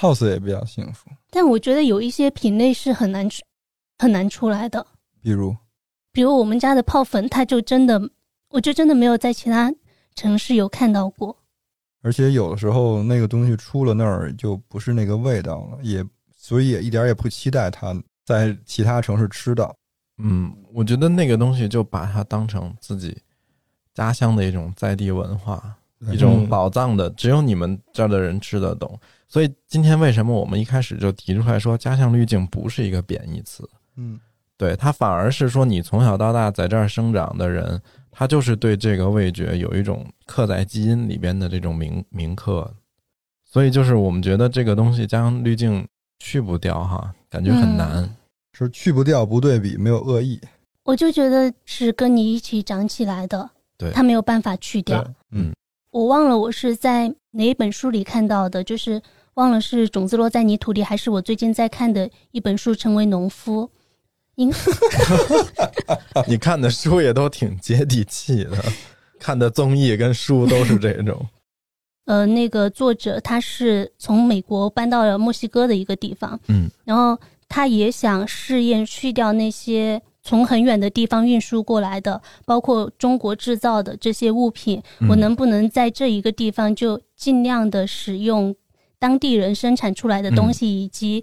，House 也比较幸福。但我觉得有一些品类是很难出很难出来的，比如，比如我们家的泡粉，它就真的，我就真的没有在其他城市有看到过。而且有的时候那个东西出了那儿就不是那个味道了，也所以也一点儿也不期待它在其他城市吃到。嗯，我觉得那个东西就把它当成自己家乡的一种在地文化，对一种宝藏的，只有你们这儿的人吃得懂。所以今天为什么我们一开始就提出来说家乡滤镜不是一个贬义词？嗯，对，它反而是说你从小到大在这儿生长的人，他就是对这个味觉有一种刻在基因里边的这种铭铭刻。所以就是我们觉得这个东西家乡滤镜去不掉哈，感觉很嗯难。是去不掉，不对比，没有恶意。我就觉得是跟你一起长起来的，对它没有办法去掉。嗯，我忘了我是在哪一本书里看到的，就是忘了是《种子落在泥土里》，还是我最近在看的一本书《成为农夫》。应你看的书也都挺接地气的，看的综艺跟书都是这种。 呃，那个作者他是从美国搬到了墨西哥的一个地方，嗯，然后他也想试验去掉那些从很远的地方运输过来的，包括中国制造的这些物品，嗯我能不能在这一个地方就尽量的使用当地人生产出来的嗯东西，以及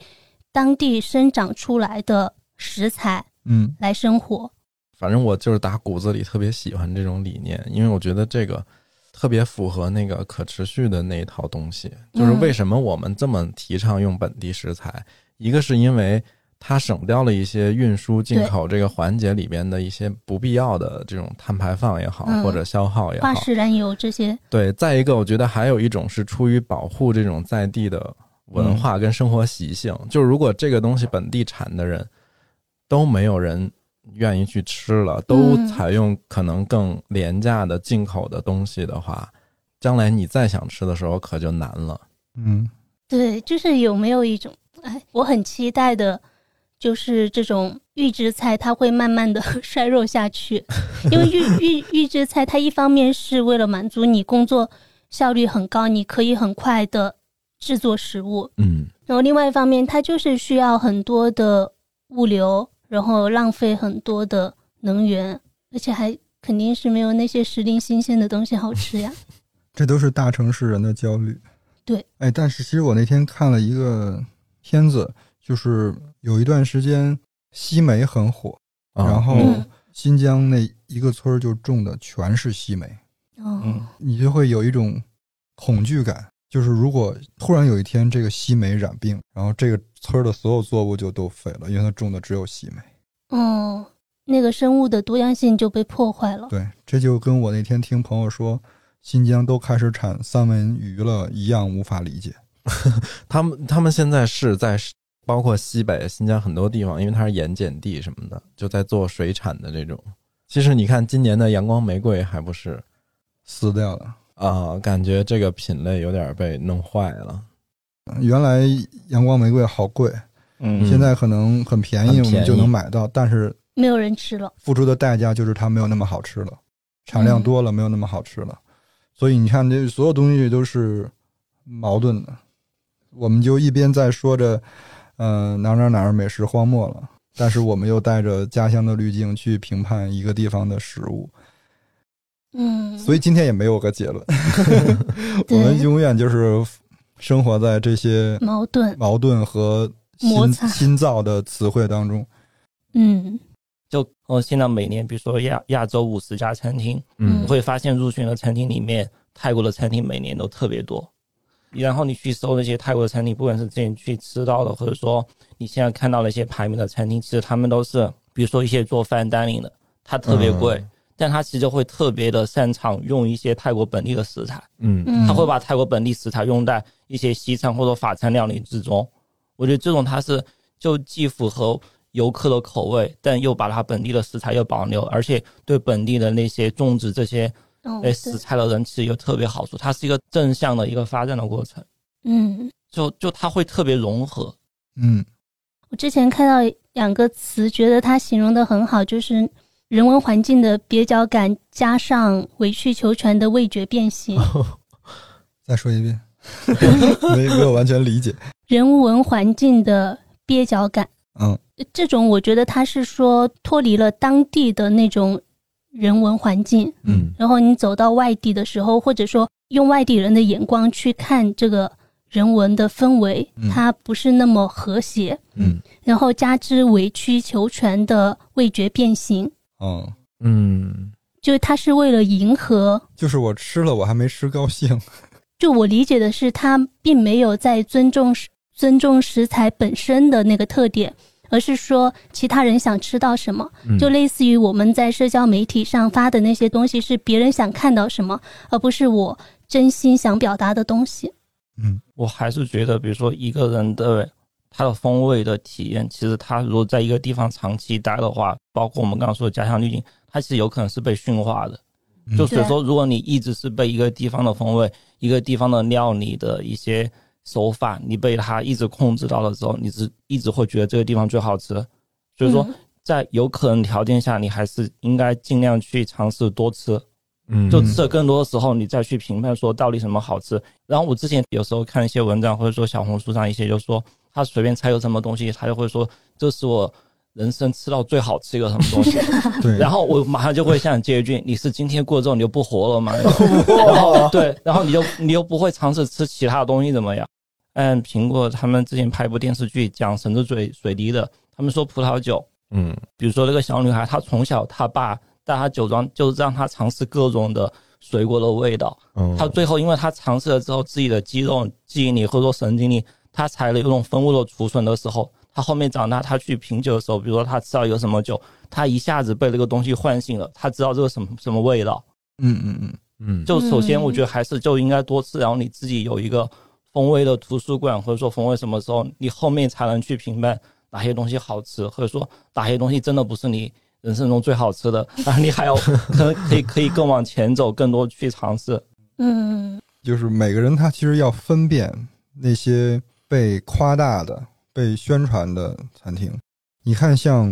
当地生长出来的食材嗯，来生活？反正我就是打骨子里特别喜欢这种理念，因为我觉得这个特别符合那个可持续的那一套东西。就是嗯为什么我们这么提倡用本地食材，一个是因为它省掉了一些运输进口这个环节里边的一些不必要的这种碳排放也好，嗯或者消耗也好化，石燃油这些，对，再一个，我觉得还有一种是出于保护这种在地的文化跟生活习性，就是如果这个东西本地产的人都没有人愿意去吃了，都嗯采用可能更廉价的进口的东西的话，将来你再想吃的时候可就难了。嗯，对，就是有没有一种，哎，我很期待的，就是这种预制菜，它会慢慢的 衰弱下去，因为预预预制菜，它一方面是为了满足你工作效率很高，你可以很快的制作食物，嗯，然后另外一方面，它就是需要很多的物流，然后浪费很多的能源，而且还肯定是没有那些时令新鲜的东西好吃呀。这都是大城市人的焦虑。对，哎，但是其实我那天看了一个片子，就是有一段时间西梅很火，啊然后嗯新疆那一个村儿就种的全是西梅，哦，嗯你就会有一种恐惧感，就是如果突然有一天这个西梅染病，然后这个村儿的所有作物就都废了，因为它种的只有西梅。哦，那个生物的多样性就被破坏了。对，这就跟我那天听朋友说新疆都开始产三文鱼了一样，无法理解。他们他们现在是在包括西北、新疆很多地方，因为它是盐碱地什么的，就在做水产的这种。其实你看今年的阳光玫瑰还不是。死掉了。啊、感觉这个品类有点被弄坏了。原来阳光玫瑰好贵，嗯现在可能很便宜，很便宜我们就能买到，但是没有人吃了，付出的代价就是它没有那么好吃了，产嗯量多了没有那么好吃了。所以你看，这所有东西都是矛盾的。我们就一边在说着，呃，哪儿哪儿哪儿美食荒漠了，但是我们又带着家乡的滤镜去评判一个地方的食物，嗯，所以今天也没有个结论。我对们永远就是生活在这些矛盾，矛盾和摩新擦新造的词汇当中，嗯就呃，现在每年比如说亚亚洲五十家餐厅，嗯你会发现入选的餐厅里面，泰国的餐厅每年都特别多。然后你去搜那些泰国的餐厅，不管是之前去吃到的，或者说你现在看到的一些排名的餐厅，其实他们都是，比如说一些做 fine dining 的，它特别贵，但它其实就会特别的擅长用一些泰国本地的食材，嗯，嗯，嗯，它会把泰国本地食材用在一些西餐或者法餐料理之中。我觉得这种它是就既符合游客的口味，但又把它本地的食材又保留，而且对本地的那些种植这些哦哎，对，食材的人其实有特别好处，它是一个正向的一个发展的过程，嗯，就就它会特别融合。嗯，我之前看到两个词，觉得它形容的很好，就是人文环境的蹩脚感加上委曲求全的味觉变 形。再说一遍， 没没有完全理解，人文环境的蹩脚感，嗯这种我觉得他是说脱离了当地的那种人文环境，嗯然后你走到外地的时候，或者说用外地人的眼光去看这个人文的氛围嗯，它不是那么和谐，嗯然后加之委曲求全的味觉变形，嗯，嗯，就是它是为了迎合就是我吃了我还没吃高兴，就我理解的是，他并没有在尊重食尊重食材本身的那个特点，而是说其他人想吃到什么，嗯就类似于我们在社交媒体上发的那些东西，是别人想看到什么，而不是我真心想表达的东西。嗯我还是觉得，比如说一个人的他的风味的体验，其实他如果在一个地方长期待的话，包括我们刚刚说的家乡滤镜，它其实有可能是被驯化的。嗯就所以对说，如果你一直是被一个地方的风味、一个地方的料理的一些手法，你被它一直控制到了之后，你是一直会觉得这个地方最好吃。所以说，嗯在有可能条件下，你还是应该尽量去尝试多吃。嗯就吃的更多的时候，你再去评判说到底什么好吃。然后我之前有时候看一些文章，或者说小红书上一些，就说他随便猜有什么东西，他就会说这是我人生吃到最好吃一个什么东西。对，然后我马上就会想接一句：“你是今天过之后你就不活了吗？”然后对，然后你就你又不会尝试吃其他的东西怎么样？嗯，苹果他们之前拍一部电视剧讲神之水水滴的，他们说葡萄酒，嗯比如说那个小女孩，她从小她爸带她酒庄，就是让她尝试各种的水果的味道。嗯，哦他最后因为他尝试了之后，自己的肌肉记忆力或者说神经力，他才能有种分物的储存的时候，他后面长大，他去品酒的时候，比如说他吃到一个什么酒，他一下子被这个东西唤醒了，他知道这个什么什么味道。嗯嗯嗯，嗯，就首先，嗯我觉得还是就应该多吃，然后你自己有一个风味的图书馆，或者说风味什么时候，你后面才能去评判哪些东西好吃，或者说哪些东西真的不是你人生中最好吃的，然后你还有可可以可以更往前走，更多去尝试。嗯，就是每个人他其实要分辨那些被夸大的、被宣传的餐厅。你看，像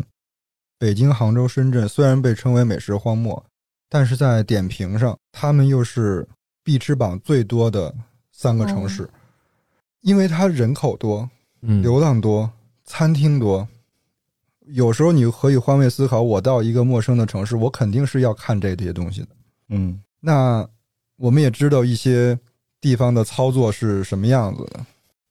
北京、杭州、深圳，虽然被称为美食荒漠，但是在点评上，他们又是必吃榜最多的三个城市，哦因为它人口多、嗯流浪多、餐厅多。有时候你可以换位思考，我到一个陌生的城市，我肯定是要看这些东西的。嗯，那我们也知道一些地方的操作是什么样子的。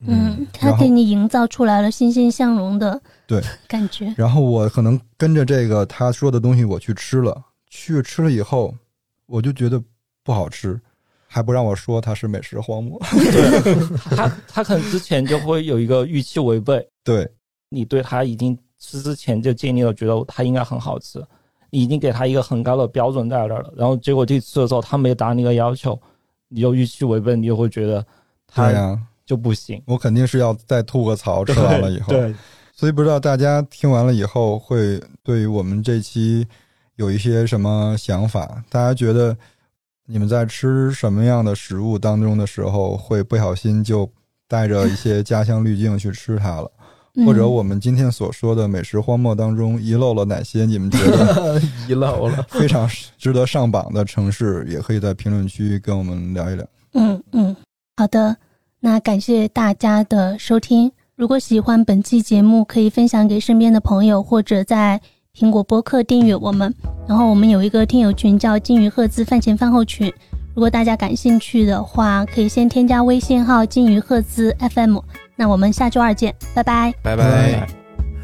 嗯，他然后给你营造出来了欣欣向荣的对感觉，然后我可能跟着这个他说的东西我去吃了，去吃了以后，我就觉得不好吃，还不让我说它是美食荒漠。 他他可能之前就会有一个预期违背，对，你对他已经吃之前就建立了觉得它应该很好吃，你已经给他一个很高的标准在那儿了，然后结果去吃的时候他没达你的要求，你又预期违背，你就会觉得对啊呀、它就不行。我肯定是要再吐个槽，吃完了以后。对，所以不知道大家听完了以后会对于我们这期有一些什么想法？大家觉得你们在吃什么样的食物当中的时候，会不小心就带着一些家乡滤镜去吃它了？嗯 或者我们今天所说的美食荒漠当中遗漏了哪些你们觉得 遗漏了，非常值得上榜的城市？也可以在评论区跟我们聊一聊。嗯嗯，好的，那感谢大家的收听。如果喜欢本期节目，可以分享给身边的朋友，或者在苹果播客订阅我们。然后我们有一个听友群叫“金鱼赫兹饭前饭后群”，如果大家感兴趣的话，可以先添加微信号“金鱼赫兹 FM”。那我们下周二见，拜拜。拜拜拜。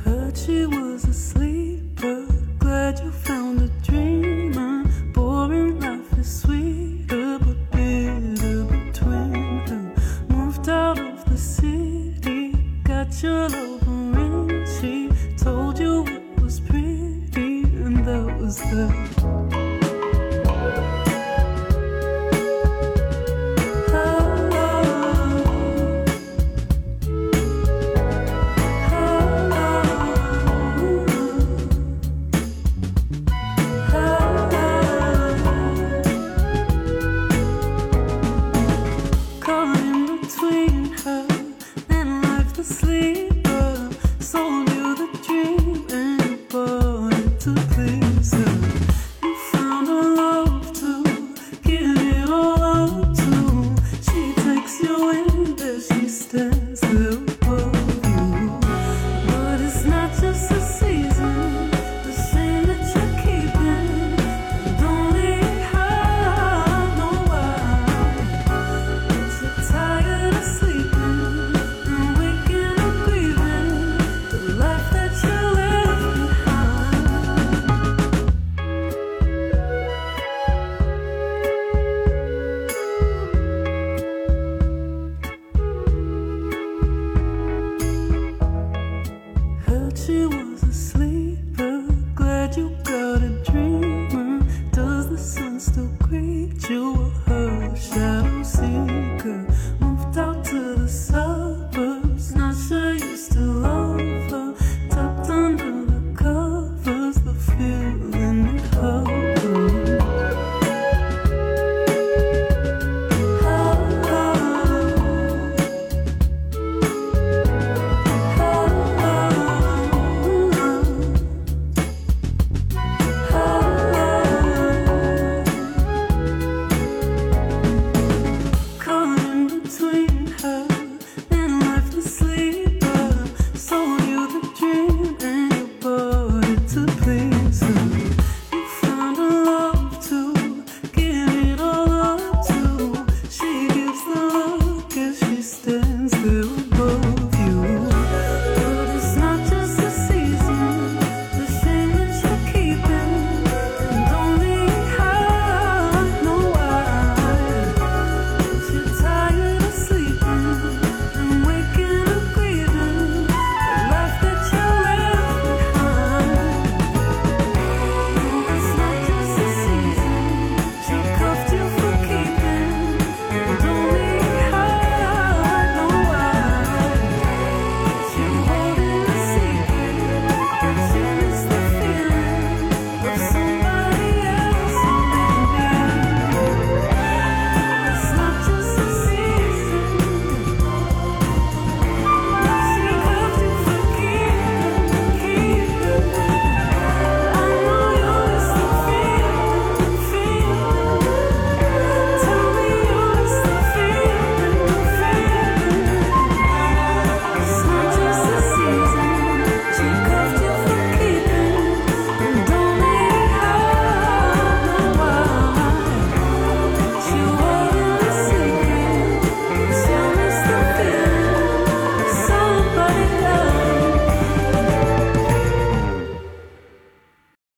Heard she was a sleeper. Glad you found a dreamer. Boring life is sweeter, but bitter between them. Moved out of the city, got your love ring. She told you it was pretty, and that was that.